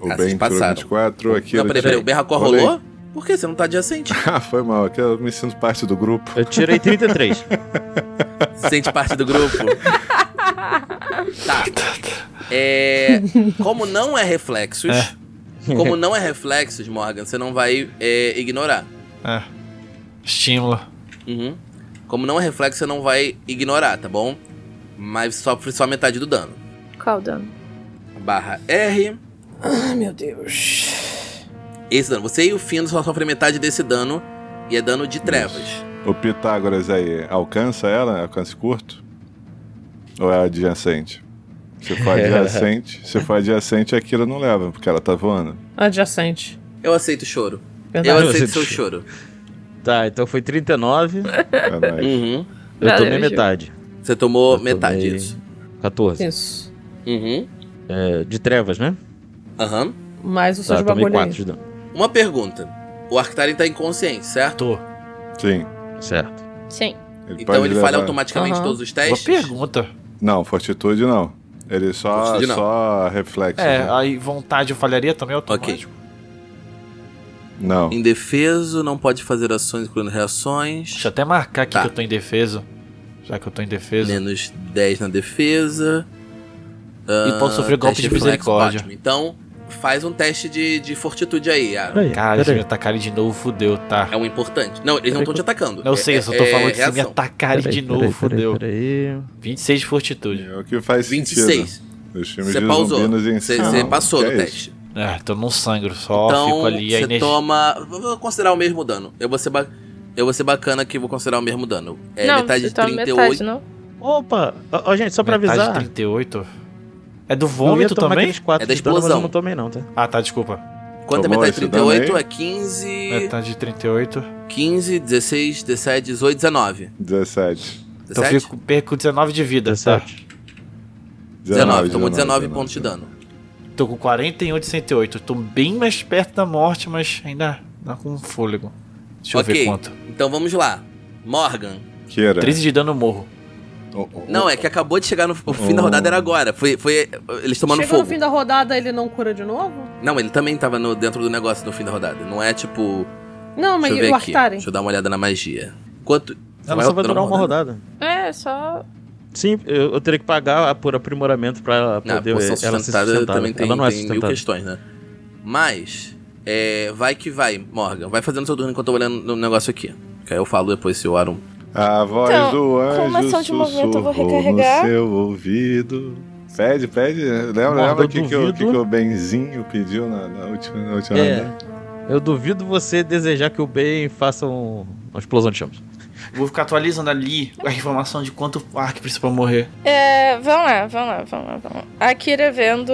O Ah, vocês Ben tirou passaram. 24. Aqui não, peraí, peraí, o Berracó Rolei. rolou? Por que você não tá adjacente? Ah, foi mal. Aqui eu me sinto parte do grupo. Eu tirei 33. Sente parte do grupo. tá. É, como não é reflexos, como não é reflexos, Morgan, você não vai é, ignorar. Estímula. Uhum. Como não é reflexo, você não vai ignorar, tá bom? Mas sofre só metade do dano. Qual o dano? Barra R. Ai, meu Deus. Esse dano. Você e o Fino só sofrem metade desse dano. E é dano de trevas. O Pitágoras aí, alcança ela? Alcance curto? Ou é adjacente? Se for adjacente, se for adjacente, a Kira não leva, porque ela tá voando. Adjacente. Eu aceito o choro. Eu Verdade. Eu aceito aceito seu o choro. tá, então foi 39. É nóis. Uhum. Eu Valeu, tomei Gil. metade. Você tomou Eu metade tomei- disso. 14. Isso. Uhum. É, de trevas, né? Aham. Mais os seus Tá, tomei bagulho aí. 4 de dano. Uma pergunta. O Arctaren tá inconsciente, certo? Tô. Sim. Certo. Sim. Então ele falha levar- automaticamente Aham. todos os Uma testes? pergunta. Não, fortitude não. Ele só, Fortitude não. só reflexo. É, né? aí vontade eu falharia também automático. Não. Indefeso, não pode fazer ações incluindo reações. Deixa eu até marcar aqui Tá. Né? que eu tô indefeso. Já que eu tô indefeso. Menos 10 na defesa. E posso sofrer golpe Ah, teste de reflexo, misericórdia. Batman. Então, faz um teste de, de fortitude aí. Ah, Peraí, Cara, se me peraí. atacarem de novo, fudeu, tá. é um importante. Não, eles não estão te atacando. Não É- sei, eu só é- tô é falando que se me reação. atacarem Peraí, de novo, peraí, fudeu. peraí, peraí. 26 de fortitude. É o que faz 26. sentido. Os times Você de pausou. zumbi nos Você ensinam. você passou Que no é isso? teste. É, então não sangro, só Então, fico ali a você energia. toma. Vou considerar o mesmo dano. Eu vou ser. ba- Eu vou ser bacana que vou considerar o mesmo dano. É não, metade você de toma 38. metade, não? Opa! Ó, ó, gente, só pra Metade avisar. 38. É do eu ia vômito tomar também? aqueles quatro É da de dano, mas eu explosão. não tomei, não, tá? Ah, tá, desculpa. Quanto é Tomou metade de esse dano 38? aí? É 15. Metade de 38. 15, 16, 17, 18, 19. 17. 17? Então eu fico, perco 19 de vida, tá? 19, tomou 19 pontos de dano. Tô com 41 de 108. Tô bem mais perto da morte, mas ainda dá com fôlego. Deixa Ok. eu ver quanto. Então vamos lá. Morgan. Queira. 13 de dano eu morro. O- o- Não, é que acabou de chegar no o fim da Oh. rodada, era agora. Foi, foi eles tomando Chegou no fogo. fim da rodada, ele não cura de novo? Não, ele também tava no- dentro do negócio no fim da rodada. Não é tipo. Não, mas Deixa eu e ver o aqui. Artaren? Deixa eu dar uma olhada na magia. Quanto. Ela só vai durar uma rodada. É, só. Sim, eu, eu teria que pagar a- por aprimoramento pra ela Não, a poder Ah, poção ela ser sustentada sustentada. também tem, ela não é tem mil sustentada. questões, né? Mas. é, vai que vai, Morgan. Vai fazendo seu turno enquanto eu tô olhando no negócio aqui. Que aí eu falo depois se o Arum. A voz Então, do anjo com uma ação de movimento eu vou sussurrou recarregar. no seu ouvido. Pede, pede. né? Lembra, Morda, lembra eu que, que, o, duvido. que que o Benzinho pediu na, na última, na última É. rodada? Eu duvido você desejar que o bem faça um- uma explosão de chamas. Vou ficar atualizando ali a informação de quanto o Ark precisa pra morrer. É, vamos lá, vamos lá, vamos lá, vamos lá. A Kira vendo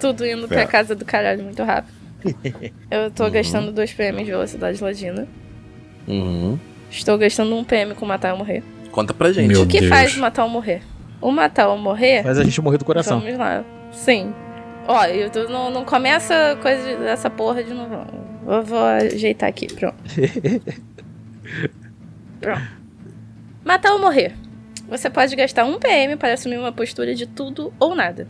tudo indo pra É. casa do caralho muito rápido. Eu tô gastando dois PM de velocidade ladina. Uhum. Estou gastando um PM com matar ou morrer. Conta pra gente. o que faz matar ou morrer? O matar ou morrer Mas a gente morreu do coração. Vamos lá. Sim. Ó, eu tô- não, não começa coisa de- dessa porra de novo. não. Eu vou ajeitar aqui, pronto. pronto. Matar ou morrer. Você pode gastar um PM para assumir uma postura de tudo ou nada.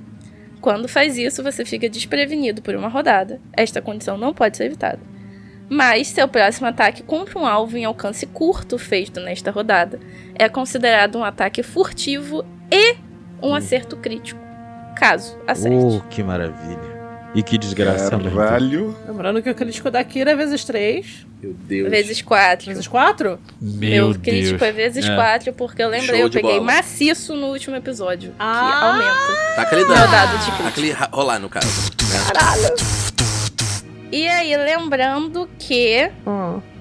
Quando faz isso, você fica desprevenido por uma rodada. Esta condição não pode ser evitada. Mas seu próximo ataque contra um alvo em alcance curto feito nesta rodada é considerado um ataque furtivo e um acerto crítico. Caso acerte. Oh, que maravilha. E que desgraça. mano. Caralho. Lembrando que o crítico da Kira é vezes 3, Meu Deus. Vezes 4. vezes 4. Meu Meu crítico é vezes É. 4, porque eu lembrei, Show eu de peguei bola. maciço no último episódio. Que Ah! aumenta. Tá aquele dano. Meu dado de Tá aquele ra- rolar, no caso. E aí, lembrando que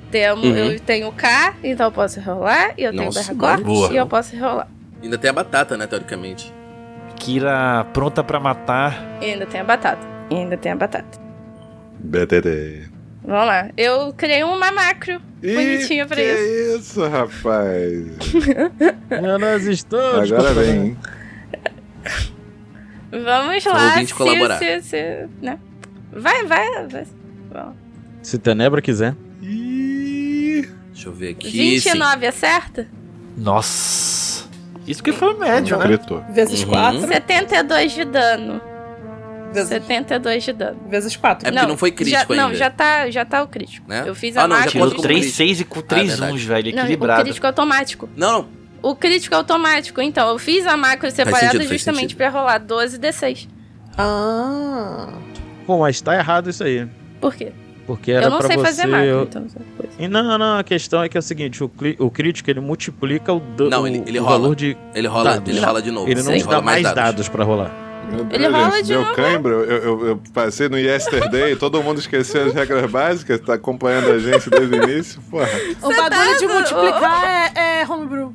temos, Uhum. eu tenho K, então eu posso rolar, e eu tenho Nossa, Barra boa. e eu posso rolar. Ainda tem a batata, né, teoricamente. Kira pronta pra matar. E ainda tem a batata. E ainda tem a batata. BTT. Vamos lá. Eu criei um uma macro. Ih, Bonitinho pra que é isso, rapaz. Nós estamos. Agora vem. hein? Vamos Seu lá. ouvinte colaborar. Se, se, né? Vai, vai. vai. Bom, Se Tenebra quiser. Ih, Deixa eu ver aqui. sim. 29 acerta? Nossa. Isso que foi médio, né? Gritou. Vezes Uhum. 4. 72 de dano. Vezes, 72 de dano. vezes 4. É porque não foi crítico já, ainda. Não, já tá, já tá o crítico. Né? Eu fiz Ah, a não, já máquina. conta como Tirou de- 3, crítico. 6 e com 3 verdade. uns, velho. Não, Equilibrado. o crítico automático. Não, não. O crítico automático. Então, eu fiz a macro separada sentido, faz justamente sentido. pra rolar 12 D6. Ah. Bom, mas tá errado isso aí. Por quê? Porque era eu não pra sei você... fazer macro, então. essa coisa. E Não, não, a questão é que é o seguinte, o, cli- o crítico ele multiplica o, da- Não, o- ele- ele o rola. valor de... Ele rola, Dados. ele rola de novo. Tá. Ele não Sim. te dá mais dados pra rolar. Meu Ele Deus, rola de deu novo. né? cãibra. Eu, eu- eu passei no Yesterday, todo mundo esqueceu as regras básicas, tá acompanhando a gente desde o início, porra. O bagulho de do- multiplicar é, é homebrew.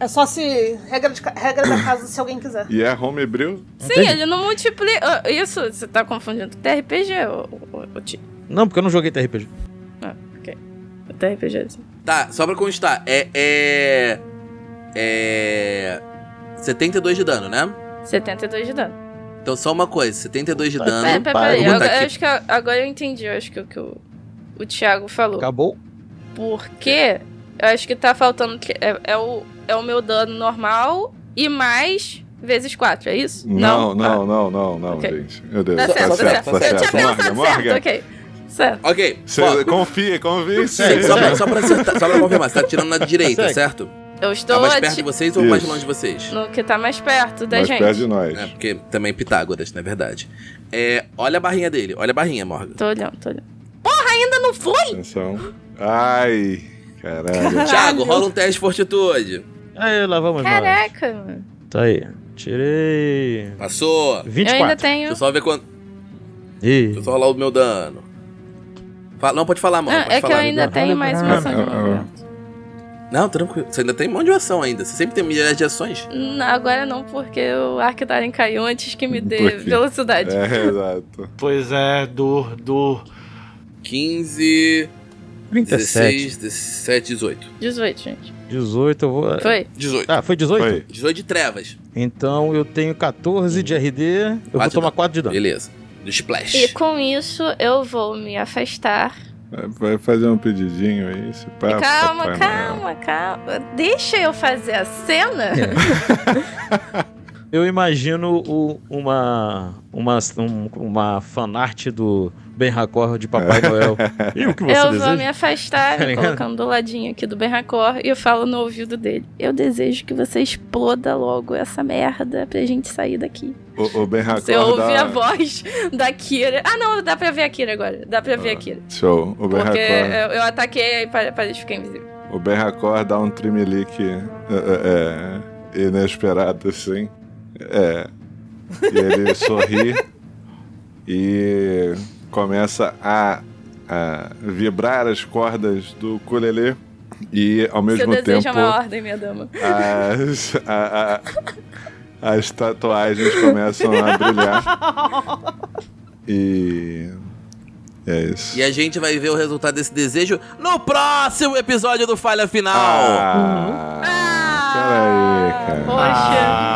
É só se. Regra, de ca- regra da casa, se alguém quiser. E é homebrew? Sim, ele não multiplica. Ah, Isso, você tá confundindo. TRPG, o, o, o, ti- Não, porque eu não joguei TRPG. o TRPG. assim. Tá, só pra constar. É. É. É. 72 de dano, né? 72 de dano. É, Então só uma coisa: 72 de Ah, Peraí, dano. peraí, peraí. Pergunta Agora- aqui. eu Acho que eu- agora eu entendi. Eu acho que o que o, o Thiago falou. Acabou. Porque eu acho que tá faltando. que- É, é o, é o meu dano normal e mais vezes 4, é isso? Não, Ah, não, não, não, não, Ok. gente. Meu Deus, Tá certo, tá certo. tá Eu tinha pensado certo, Morgan. ok. Certo. Ok. Cê, confia, confia. Ó, sim. só, pra, só, pra acertar- só pra confirmar, você tá tirando na direita, Segue. certo? Eu Tá estou mais ati- perto de vocês ou mais Isso. longe de vocês? no que tá mais perto da Mais gente. perto de nós. É, porque também Pitágoras, na verdade. É, olha a barrinha dele, olha a barrinha, Morgan. Tô olhando, tô olhando. Porra, ainda não foi? Atenção. Ai, caralho. Thiago, rola um teste de fortitude. Aí, lá vamos nós. Caraca, mano. Tá aí. Tirei... Passou. Eu ainda Deixa 24. tenho. eu só ver quanto. Ih. Deixa eu só rolar o meu dano. Fala- não, pode falar, mano. Ah, pode é que falar. né? eu ainda tenho mais uma ação de Ah, ah, ah. movimento. Não, tranquilo. Você ainda tem um monte de ação ainda. Você sempre tem um milhares de ações. Hum, agora não, porque o Arctaren caiu antes que me dê Porque- velocidade. É, exato. Pois é, dor, dor. 15, 37. 16, 17, 18. 18, gente. 18, eu vou. Foi? 18. Ah, foi 18? Foi. 18 de trevas. Então eu tenho 14 de RD. Eu vou Quatro tomar de 4 de dano. Beleza. Do É. splash. E com isso, eu vou me afastar. Vai- Vai fazer um pedidinho aí, se Ah, pá, calma, tá Papai Noel. calma, calma. Deixa eu fazer a cena. É. Eu imagino o- uma, uma, um, uma fanart do Ben Racor de Papai Noel. E o que você eu vou deseja? me afastar, Tá me ligado? colocando do ladinho aqui do Ben Racor, e eu falo no ouvido dele. Eu desejo que você exploda logo essa merda pra gente sair daqui. O, o Ben Racor Você ouve dá- a voz da Kira. Ah, não, dá pra ver a Kira agora. Dá pra Ah. ver a Kira. Show. O Ben Porque Racor- eu, eu ataquei e pare- parece ficar invisível. o Ben Racor dá um trimelique é, é, é, inesperado, assim. É. E ele sorri e começa a, a vibrar as cordas do ukulele e, Seu ao mesmo desejo tempo... é uma ordem, minha dama. Ah. as, a- a- as tatuagens começam a brilhar. E. É isso. E a gente vai ver o resultado desse desejo no próximo Uhum. episódio do Falha Final. Ah, peraí, Ah, cara. Poxa. Ah. 啊 Ah,